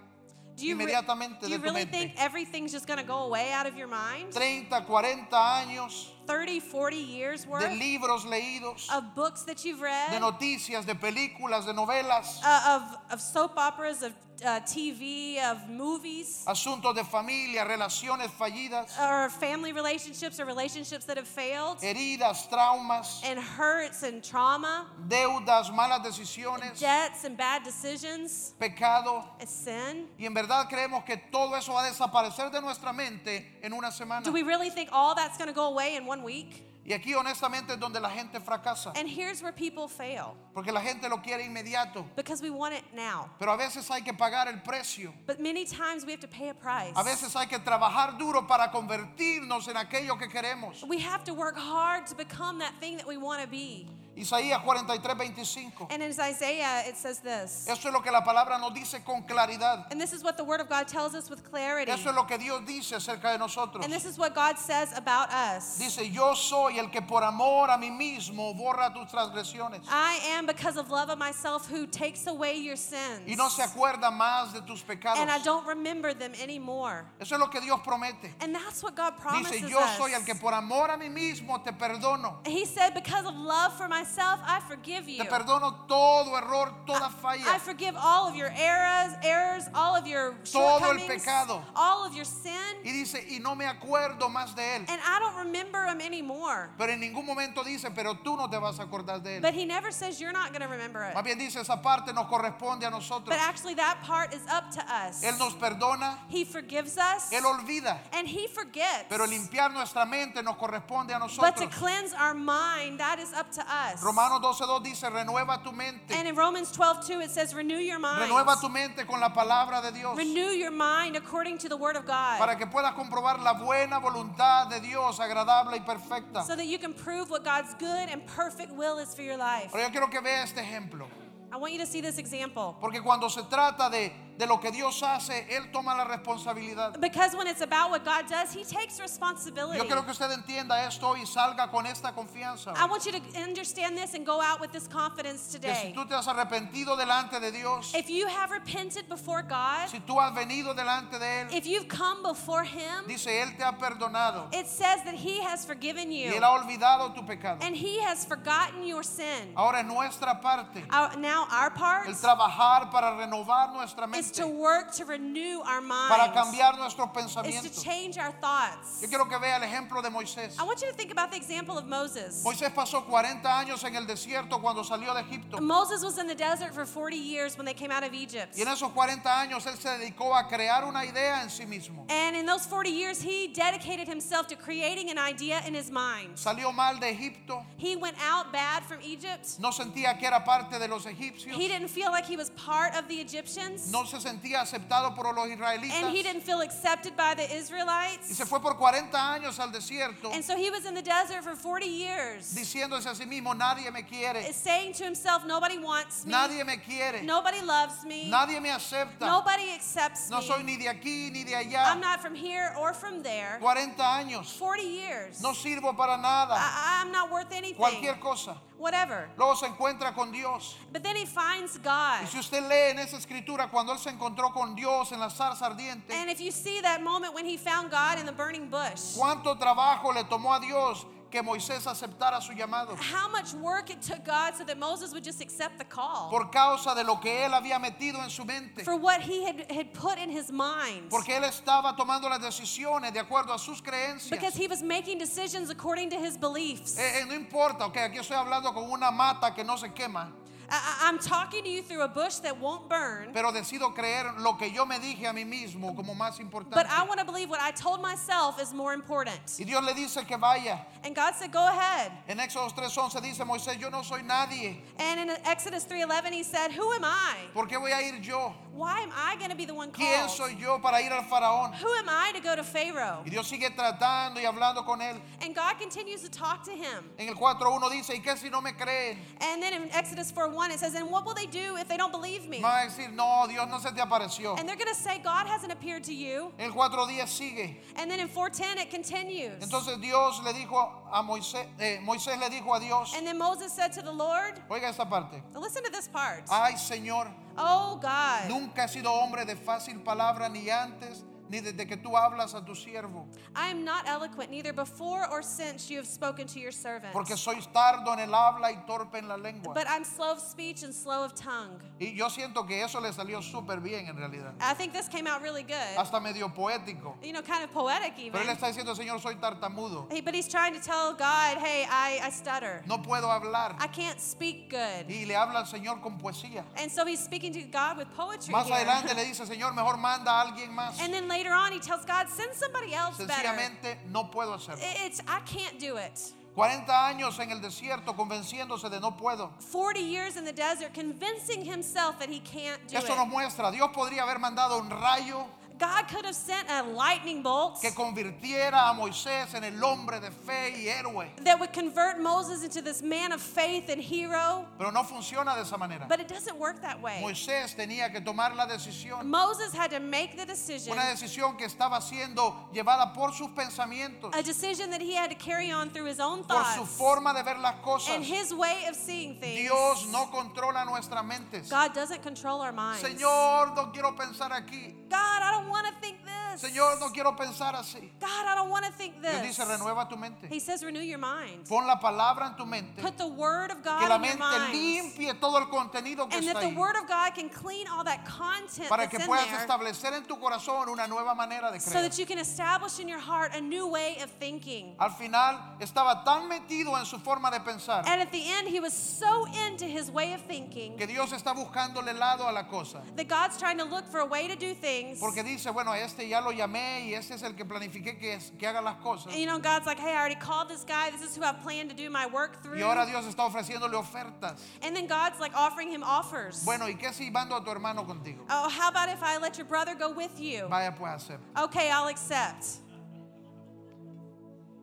S2: Do you, re-
S1: Inmediatamente
S2: do
S1: de
S2: you
S1: tu
S2: really
S1: mente.
S2: think everything's just going to go away out of your mind?
S1: 30, 40 años
S2: 30, 40 years worth
S1: de libros leídos,
S2: of books that you've
S1: de
S2: read?
S1: noticias, de películas, de novelas,
S2: uh, of, of soap operas, of uh, TV, of movies,
S1: asuntos de familia, relaciones fallidas,
S2: or family relationships or relationships that have failed,
S1: Eh. heridas, traumas,
S2: and hurts and trauma,
S1: deudas, malas decisiones,
S2: debts and bad decisions,
S1: pecado.
S2: and sin.
S1: Y en verdad creemos que todo eso va a desaparecer de nuestra mente en una semana.
S2: Do we really think all that's going to go away in one week?
S1: Y aquí honestamente es donde la gente fracasa,
S2: And here's where people fail
S1: porque la gente lo quiere inmediato.
S2: because we want it now.
S1: Pero a veces hay que pagar el precio.
S2: But many times we have to pay a price.
S1: A veces hay que trabajar duro para convertirnos en aquello que queremos.
S2: We have to work hard to become that thing that we want to be.
S1: Y, Isaías 43, 25.
S2: And in Isaiah, it says this.
S1: Eso es lo que la palabra nos dice con claridad.
S2: And this is what the Word of God tells us with clarity.
S1: Eso es lo que Dios dice acerca de nosotros.
S2: And this is what God says about us.
S1: Dice, yo soy el que por amor a mí mismo borra tus transgresiones
S2: I am, because of love of myself, who takes away your
S1: y
S2: sins.
S1: no se acuerda más de tus pecados.
S2: And I don't remember them anymore.
S1: Eso es lo que Dios promete.
S2: And that's what God promises
S1: Dice, yo soy el
S2: us.
S1: que por amor a mí mismo te perdono.
S2: He said, because of love for myself, I forgive you.
S1: Te perdono todo error, toda
S2: I
S1: falla.
S2: forgive all of your errors, errors, all of your
S1: Todo el
S2: shortcomings,
S1: pecado.
S2: all of your sin,
S1: Y dice, y no me acuerdo más de él.
S2: and I don't remember them anymore.
S1: Pero en ningún momento dice, pero tú no te vas a acordar de
S2: But
S1: él.
S2: he never says you're not going to remember it.
S1: Más bien dice, esa parte nos corresponde a nosotros.
S2: But actually, that part is up to us.
S1: Él nos perdona,
S2: He forgives us,
S1: él olvida.
S2: and he forgets.
S1: Pero limpiar nuestra mente nos corresponde a
S2: but to
S1: nosotros.
S2: cleanse our mind, that is up to us.
S1: Romanos 12:2 dice, renueva tu
S2: and
S1: mente.
S2: in Romans 12, 2, it says, renew your mind.
S1: Renueva tu mente con la palabra de Dios.
S2: Renew your mind according to the word of God.
S1: Para que puedas comprobar la buena voluntad de Dios, agradable y perfecta.
S2: so that you can prove what God's good and perfect will is for your life.
S1: Pero yo quiero que vea este ejemplo.
S2: I want you to see this example.
S1: Porque cuando se trata de, de lo que Dios hace, Él toma la responsabilidad.
S2: Because when it's about what God does, He takes responsibility.
S1: Yo quiero que usted entienda esto y salga con esta confianza.
S2: I want you to understand this and go out with this confidence
S1: Que si
S2: today.
S1: tú te has arrepentido delante de Dios,
S2: If you have repented before God,
S1: si tú has venido delante de Él,
S2: if you've come before Him,
S1: dice, Él te ha perdonado
S2: it says that He has forgiven
S1: y
S2: you
S1: Él ha olvidado tu pecado.
S2: and He has forgotten your sin.
S1: Ahora es nuestra parte
S2: Our- now, our part
S1: el trabajar para renovar nuestra
S2: is to
S1: mente,
S2: work to renew our
S1: para
S2: minds,
S1: cambiar nuestros
S2: is to
S1: pensamientos.
S2: change our thoughts.
S1: Yo quiero que vea el ejemplo de Moisés.
S2: I want you to think about the example of Moses.
S1: Moisés pasó 40 años en el desierto cuando salió de Egipto.
S2: Moses was in the desert for 40 years when they came out of Egypt.
S1: Y en esos 40 años él se dedicó a crear una idea en sí mismo.
S2: And in those 40 years, he dedicated himself to creating an idea in his mind.
S1: Salió mal de Egipto,
S2: He went out bad from Egypt.
S1: no sentía que era parte de los egipcios,
S2: He didn't feel like he was part of the Egyptians.
S1: no se sentía aceptado por los israelitas.
S2: And he didn't feel accepted by the
S1: Y se
S2: Israelites.
S1: fue por 40 años al desierto
S2: And so he was in the desert for 40 years, eh,
S1: diciéndose a sí mismo, nadie me quiere,
S2: saying to himself, Nobody wants me.
S1: nadie me quiere,
S2: Nobody loves me.
S1: nadie me acepta,
S2: Nobody accepts
S1: no soy
S2: me.
S1: ni de aquí ni de
S2: I'm
S1: allá.
S2: not from here or from there.
S1: 40 años,
S2: 40 years.
S1: no sirvo para nada,
S2: I- I'm not worth anything.
S1: cualquier cosa.
S2: Whatever.
S1: Luego se encuentra con Dios.
S2: But then he finds God.
S1: Y si usted lee en esa escritura, cuando él se encontró con Dios en la zarza ardiente,
S2: And if you see that moment when he found God in the burning bush,
S1: ¿Cuánto trabajo le tomó a Dios que Moisés aceptara su llamado?
S2: how much work it took God so that Moses would just accept the call
S1: Por causa de lo que él había metido en su mente.
S2: for what he had, had put in his mind.
S1: Porque él estaba tomando las decisiones de acuerdo a sus
S2: Because
S1: creencias.
S2: he was making decisions according to his beliefs. I,
S1: Eh, eh, no importa, ok, aquí estoy hablando con una mata que no se quema,
S2: I- I'm talking to you through a bush that won't burn,
S1: pero decido creer lo que yo me dije a mí mismo como más
S2: but
S1: importante.
S2: I want to believe what I told myself is more important.
S1: Y Dios le dice que vaya.
S2: And God said, Go ahead.
S1: En Éxodo 3:11 dice Moisés, yo no soy nadie,
S2: And in Exodus 3:11 he said, "Who am I?
S1: ¿por qué voy a ir yo?
S2: Why am I going to be the one
S1: ¿Quién
S2: called?
S1: soy yo para ir al faraón?
S2: Who am I to go to Pharaoh?"
S1: Y Dios sigue tratando y hablando con él.
S2: And God continues to talk to him.
S1: En el 4.1 dice, ¿y qué si no me creen?
S2: And then in Exodus 4 1, it says, And what will they do if they don't believe me?
S1: Van a decir, no, Dios no se te apareció.
S2: And they're going to say, God hasn't appeared to you.
S1: El 4.10 sigue.
S2: And then in 410, it continues.
S1: Entonces Dios le dijo a Moisés, eh, Moisés le dijo a Dios,
S2: And then Moses said to the Lord,
S1: oiga esta parte,
S2: now Listen to this part.
S1: ay Señor,
S2: Oh God,
S1: nunca he sido hombre de fácil palabra ni antes, ni desde que tú hablas a tu siervo,
S2: I am not eloquent, neither before or since you have spoken to your servant.
S1: porque soy tardo en el habla y torpe en la lengua.
S2: But I'm slow of speech and slow of tongue.
S1: Y yo siento que eso le salió súper bien en realidad,
S2: I think this came out really good.
S1: hasta medio poético.
S2: You know, kind of poetic
S1: Pero él
S2: even.
S1: está diciendo, Señor, soy tartamudo,
S2: Hey, But he's trying to tell God, Hey, I, I stutter.
S1: no puedo hablar.
S2: I can't speak good.
S1: Y le habla al Señor con poesía.
S2: And so he's speaking to God with poetry.
S1: Más
S2: here.
S1: adelante le dice, Señor, mejor manda a alguien más.
S2: And then later on, he tells God, send somebody else better. I-
S1: Sencillamente no puedo hacerlo.
S2: It's I can't do it.
S1: 40 años en el desierto convenciéndose de no puedo.
S2: 40 years in the desert, convincing himself that he can't do
S1: Esto nos
S2: it.
S1: muestra, Dios podría haber mandado un rayo,
S2: God could have sent a lightning bolt
S1: que convirtiera a Moisés en el hombre de fe y héroe.
S2: that would convert Moses into this man of faith and hero,
S1: Pero no funciona de esa manera.
S2: but it doesn't work that way.
S1: Moisés tenía que tomar la decisión,
S2: Moses had to make the decision,
S1: una decisión que estaba siendo llevada por sus pensamientos,
S2: a decision that he had to carry on through his own
S1: por su
S2: thoughts
S1: forma de ver las cosas.
S2: and his way of seeing things.
S1: Dios no controla nuestras mentes.
S2: God doesn't control our minds.
S1: Señor, no quiero pensar aquí.
S2: God, I don't want to think this.
S1: Señor, no quiero pensar así.
S2: God, I don't want to think
S1: Dios
S2: this.
S1: dice, renueva tu mente.
S2: He says, renew your mind.
S1: Pon la palabra en tu mente.
S2: Put the word of God
S1: Que la
S2: in your
S1: mente
S2: mind.
S1: limpie todo el contenido que
S2: And
S1: está
S2: that the
S1: ahí.
S2: word of God can clean all that content
S1: Para
S2: that's
S1: que
S2: in
S1: puedas
S2: there
S1: establecer en tu corazón una nueva manera de
S2: so
S1: creer.
S2: that you can establish in your heart a new way of thinking.
S1: Al final estaba tan metido en su forma de pensar
S2: And at the end, he was so into his way of thinking
S1: que Dios está buscándole lado a la cosa.
S2: that God's trying to look for a way to do things.
S1: Porque dice, bueno, a este ya lo llamé y este es el que planifiqué que, es- que haga las cosas.
S2: And you know, God's like, hey, I already called this guy. This is who I've planned to do my work through.
S1: Y ahora Dios está ofreciéndole ofertas.
S2: And then God's like offering him offers.
S1: Bueno, ¿y qué si mando a tu hermano contigo?
S2: Oh, how about if I let your brother go with you?
S1: Vaya pues acepta.
S2: Okay, I'll accept.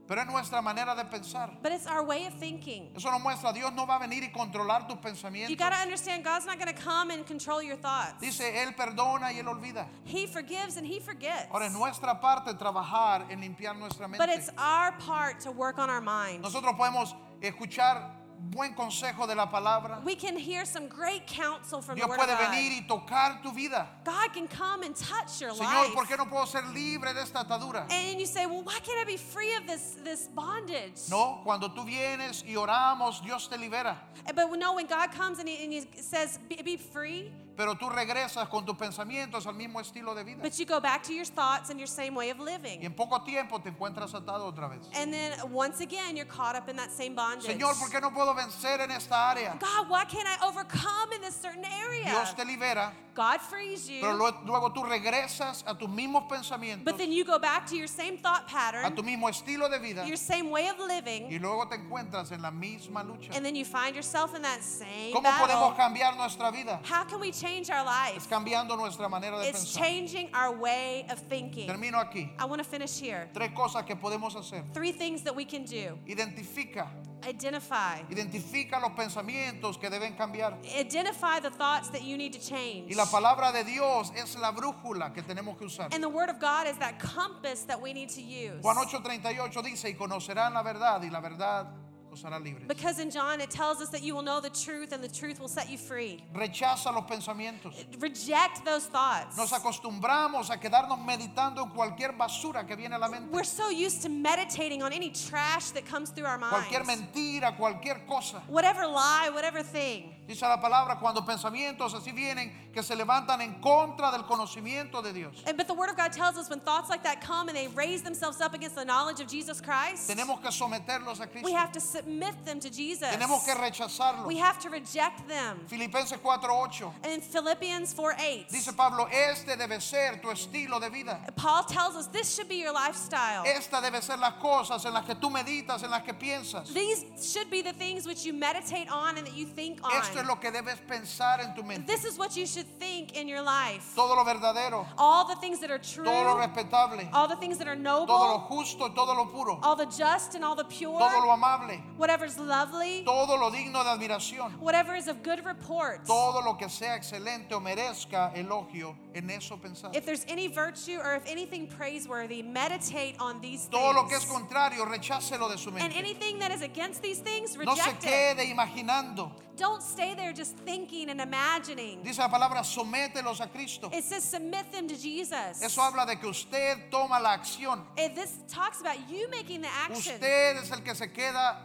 S1: Pero es nuestra manera de pensar.
S2: But it's our way of thinking.
S1: Eso nos muestra, Dios no va a venir y controlar tus
S2: You
S1: pensamientos.
S2: got to understand God's not going to come and control your thoughts.
S1: Dice, Él perdona y Él olvida.
S2: He forgives and He forgets.
S1: Ahora es nuestra parte trabajar en limpiar nuestra
S2: But it's
S1: mente.
S2: our part to work on our mind.
S1: Nosotros podemos escuchar buen consejo de la palabra.
S2: We can hear some great counsel from the
S1: Dios
S2: Word
S1: puede
S2: of God.
S1: venir y tocar tu vida.
S2: God can come and touch your
S1: Señor,
S2: life.
S1: ¿por qué no puedo ser libre de esta atadura?
S2: And you say, well, why can't I be free of this, this bondage?
S1: No, cuando tú vienes y oramos, Dios te libera.
S2: Eh, But no, when God comes and He, and he says, be, be free,
S1: Pero tú regresas con tus pensamientos al mismo estilo de vida.
S2: but you go back to your thoughts and your same way of
S1: Y
S2: living.
S1: en poco tiempo te encuentras atado otra vez.
S2: And then once again, you're caught up in that same bondage.
S1: Señor, ¿por qué no puedo vencer en esta área?
S2: God, why can't I overcome in this certain area?
S1: Dios te libera,
S2: God frees you,
S1: pero lo- luego tú regresas a tus mismos pensamientos,
S2: but then you go back to your same thought
S1: a
S2: pattern,
S1: tu mismo estilo de vida
S2: your same way of
S1: y
S2: living,
S1: luego te encuentras en la misma lucha.
S2: and then you find yourself in that same
S1: ¿Cómo podemos
S2: battle.
S1: cambiar nuestra vida?
S2: How can we change our
S1: Es
S2: life?
S1: cambiando nuestra manera de
S2: It's
S1: pensar.
S2: changing our way of thinking.
S1: Termino aquí.
S2: I want to finish here.
S1: Tres cosas que podemos hacer.
S2: Three things that we can do
S1: Identifica,
S2: identify,
S1: identifica los pensamientos que deben cambiar.
S2: identify the thoughts that you need to change.
S1: Y la palabra de Dios es la brújula que tenemos que usar.
S2: And the Word of God is that compass that we need to use.
S1: Juan 8:38 dice, y conocerán la verdad y la verdad os hará libres.
S2: Because in John it tells us that you will know the truth and the truth will set you free.
S1: Rechaza los pensamientos.
S2: Reject those thoughts.
S1: Nos acostumbramos a quedarnos meditando en cualquier basura que viene a la mente.
S2: We're so used to meditating on any trash that comes through our
S1: Cualquier
S2: minds.
S1: mentira, cualquier cosa.
S2: Whatever lie, whatever thing.
S1: Dice la palabra, cuando pensamientos así vienen que se levantan en contra del conocimiento de Dios.
S2: And, but the Word of God tells us when thoughts like that come and they raise themselves up against the knowledge of Jesus Christ,
S1: Tenemos que someterlos a Cristo.
S2: we have to submit them to Jesus.
S1: Tenemos que rechazarlos.
S2: We have to reject them.
S1: Filipenses 4:8
S2: And in Philippians 4 8,
S1: dice Pablo, este debe ser tu estilo de vida.
S2: Paul tells us this should be your lifestyle.
S1: Esta debe ser las cosas en las que tú meditas, en las que piensas.
S2: These should be the things which you meditate on and that you think on.
S1: Esto es lo que debes pensar en tu mente.
S2: This is what you should think in your life.
S1: Todo lo verdadero,
S2: All the things that are true,
S1: todo lo respetable,
S2: all the things that are
S1: todo lo
S2: noble,
S1: justo, todo lo puro,
S2: all the just and all the pure,
S1: todo lo amable,
S2: whatever's lovely,
S1: todo lo digno de admiración,
S2: whatever is of good report.
S1: todo lo que sea excelente o merezca elogio, en eso pensar.
S2: If there's any virtue or if anything praiseworthy, meditate on these
S1: Todo lo que es
S2: things.
S1: contrario, rechácelo de su
S2: And
S1: mente.
S2: anything that is against these things,
S1: No se
S2: reject it.
S1: quede imaginando.
S2: Don't stay there just thinking and imagining.
S1: Dice la palabra, somételos a Cristo.
S2: It says submit them to Jesus.
S1: Eso habla de que usted toma la acción.
S2: And this talks about you making the action.
S1: Usted es el que se queda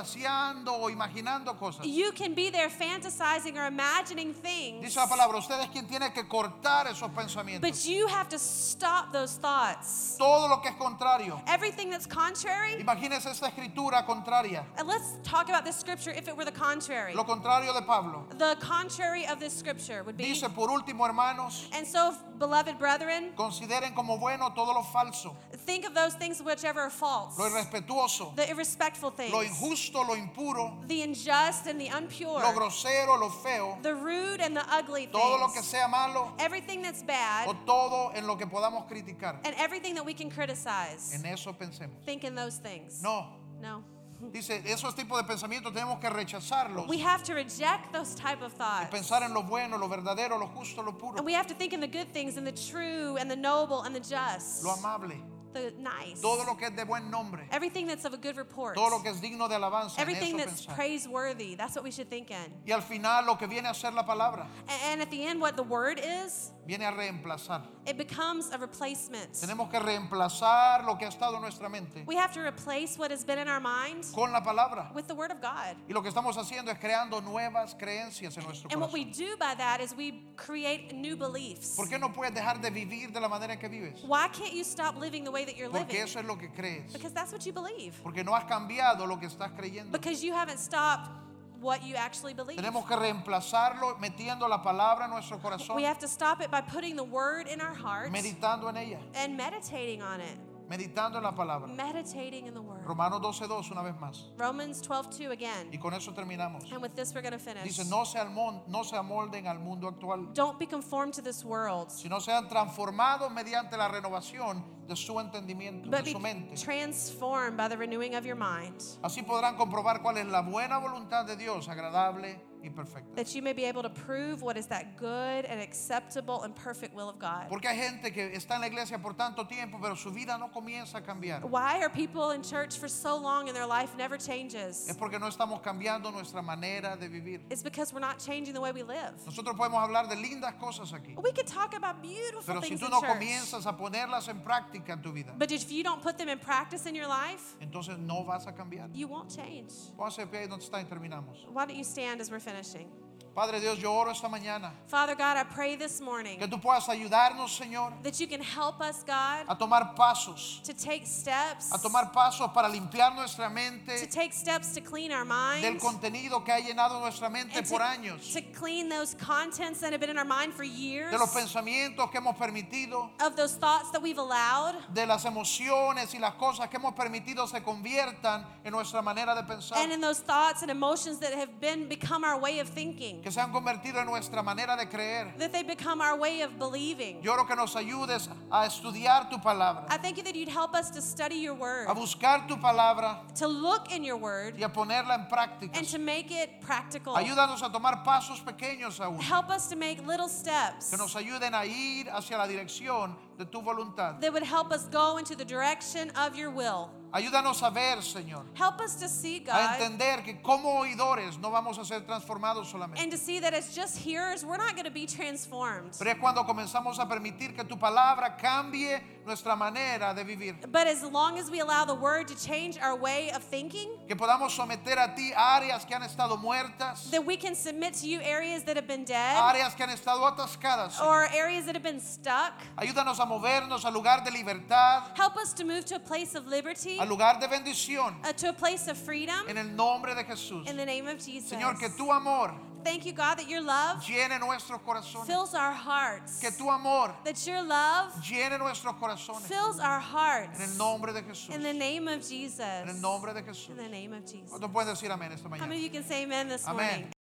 S1: fantaseando o imaginando cosas.
S2: You can be there fantasizing or imagining things,
S1: Dice la palabra, usted es quien tiene que cortar esos pensamientos.
S2: but you have to stop those thoughts.
S1: Todo lo que es contrario.
S2: Everything that's contrary,
S1: Imagínese esta escritura contraria.
S2: and let's talk about this scripture if it were the contrary.
S1: Lo contrario de Pablo.
S2: The contrary of this scripture would be.
S1: Dice, por último, hermanos,
S2: And so, beloved brethren,
S1: consideren como bueno todo lo falso
S2: Think of those things whichever are false,
S1: lo irrespetuoso,
S2: the irrespectful
S1: lo
S2: things,
S1: injusto, lo impuro,
S2: the unjust and the
S1: lo
S2: unpure,
S1: grosero, lo feo,
S2: the rude and the ugly
S1: todo lo que
S2: things,
S1: sea malo
S2: everything that's
S1: o
S2: bad,
S1: todo en lo que podamos criticar.
S2: and everything that we can criticize.
S1: En eso pensemos.
S2: Think in those things.
S1: No,
S2: No.
S1: dice, esos tipos de pensamientos tenemos que rechazarlos
S2: We have to reject those type of
S1: y
S2: thoughts.
S1: pensar en lo bueno, lo verdadero, lo justo, lo puro,
S2: And we have to think in the good things and the true and the noble and the just,
S1: lo amable,
S2: the nice,
S1: todo lo que es de buen nombre,
S2: everything that's of a good report,
S1: todo lo que es digno de alabanza. En
S2: everything
S1: eso
S2: that's
S1: pensar.
S2: praiseworthy. That's what we should think in.
S1: Y al final lo que viene a ser la palabra
S2: A- And at the end, what the word is,
S1: viene a reemplazar.
S2: it becomes a replacement.
S1: Tenemos que reemplazar lo que ha estado en nuestra mente
S2: We have to replace what has been in our mind
S1: con la palabra.
S2: with the word of God.
S1: Y lo que estamos haciendo es creando nuevas creencias en nuestro
S2: And what we
S1: corazón.
S2: do by that is we create new beliefs.
S1: ¿Por qué no puedes dejar de vivir de la manera en que vives?
S2: Why can't you stop living the way that you're
S1: Porque
S2: living?
S1: eso es lo que crees.
S2: Because that's what you believe.
S1: Porque no has cambiado lo que estás creyendo.
S2: Because you haven't stopped what you actually believe.
S1: Tenemos que reemplazarlo metiendo la palabra en nuestro corazón,
S2: We have to stop it by putting the word in our hearts
S1: meditando en ella,
S2: and meditating on it.
S1: meditando en la palabra.
S2: Meditating in the word.
S1: Romanos 12:2 una vez más.
S2: Romans 12 2
S1: Y
S2: again.
S1: con eso terminamos.
S2: And with this, we're going to finish.
S1: Dice, no se, almon- no se amolden al mundo actual,
S2: Don't be conformed to this world,
S1: sino sean transformados mediante la renovación de su entendimiento,
S2: but
S1: de
S2: be
S1: su mente.
S2: transformed by the renewing of your mind,
S1: Así podrán comprobar cuál es la buena voluntad de Dios, agradable y perfecta.
S2: that you may be able to prove what is that good and acceptable and perfect will of God.
S1: Porque hay gente que está en la iglesia por tanto tiempo, pero su vida no comienza a cambiar.
S2: Why are people in church for so long and their life never changes?
S1: Es porque no estamos cambiando nuestra manera de vivir.
S2: It's because we're not changing the way we live.
S1: Nosotros podemos hablar de lindas cosas aquí,
S2: We could talk about beautiful
S1: pero si
S2: things
S1: tú
S2: in
S1: no
S2: church,
S1: comienzas a ponerlas en práctica en tu vida,
S2: but if you don't put them in practice in your life,
S1: entonces no vas a cambiar.
S2: you won't change.
S1: Póngase de pie ahí donde está y terminamos.
S2: Why don't you stand as we're finishing?
S1: Padre Dios, yo oro esta mañana
S2: Father God, I pray this
S1: que
S2: morning
S1: tú puedas ayudarnos, Señor,
S2: that you can help us, God,
S1: a tomar pasos,
S2: to take steps,
S1: a tomar pasos para limpiar nuestra
S2: to
S1: mente
S2: take steps to clean our
S1: del
S2: minds,
S1: contenido que ha llenado nuestra mente
S2: and
S1: por
S2: to,
S1: años,
S2: to clean those contents that have been in our mind for years,
S1: de los pensamientos que hemos permitido,
S2: of those thoughts that we've allowed,
S1: de las emociones y las cosas que hemos permitido se conviertan en nuestra manera de pensar,
S2: and in those thoughts and emotions that have been become our way of thinking,
S1: que se han convertido en nuestra manera de creer.
S2: that they become our way of believing.
S1: Yo oro que nos ayudes a estudiar tu
S2: I
S1: palabra,
S2: thank you that you'd help us to study your word,
S1: a buscar tu palabra
S2: to look in your word,
S1: y a ponerla en práctica.
S2: and to make it practical.
S1: Ayúdanos a tomar pasos pequeños aún,
S2: Help us to make little steps
S1: que nos ayuden a ir hacia la dirección de tu voluntad.
S2: that would help us go into the direction of your will.
S1: Ayúdanos a ver, Señor,
S2: Help us to see
S1: a
S2: God
S1: entender que como oidores no vamos a ser transformados solamente.
S2: and to see that as just hearers, we're not going to be transformed.
S1: Pero es cuando comenzamos a permitir que tu palabra cambie nuestra manera de vivir.
S2: But as long as we allow the word to change our way of thinking,
S1: Que podamos someter a ti áreas que han estado muertas,
S2: that we can submit to you areas that have been dead
S1: áreas que han estado atascadas. Señor.
S2: or areas that have been stuck.
S1: Ayúdanos a movernos al lugar de libertad,
S2: Help us to move to a place of liberty,
S1: al lugar de bendición,
S2: uh, to a place of freedom.
S1: en el nombre de Jesús.
S2: In the name of Jesus.
S1: Señor, que tu amor
S2: Thank you, God, that your love
S1: llene nuestros corazones.
S2: fills our hearts.
S1: Que tu amor
S2: That your love
S1: llene nuestros corazones.
S2: fills our hearts.
S1: En el nombre de Jesús.
S2: In the
S1: En
S2: name of Jesus.
S1: el nombre de Jesús.
S2: In the name of Jesus.
S1: ¿Cuántos pueden decir amén esta
S2: How
S1: mañana?
S2: many of you can say amen this
S1: Amén.
S2: morning?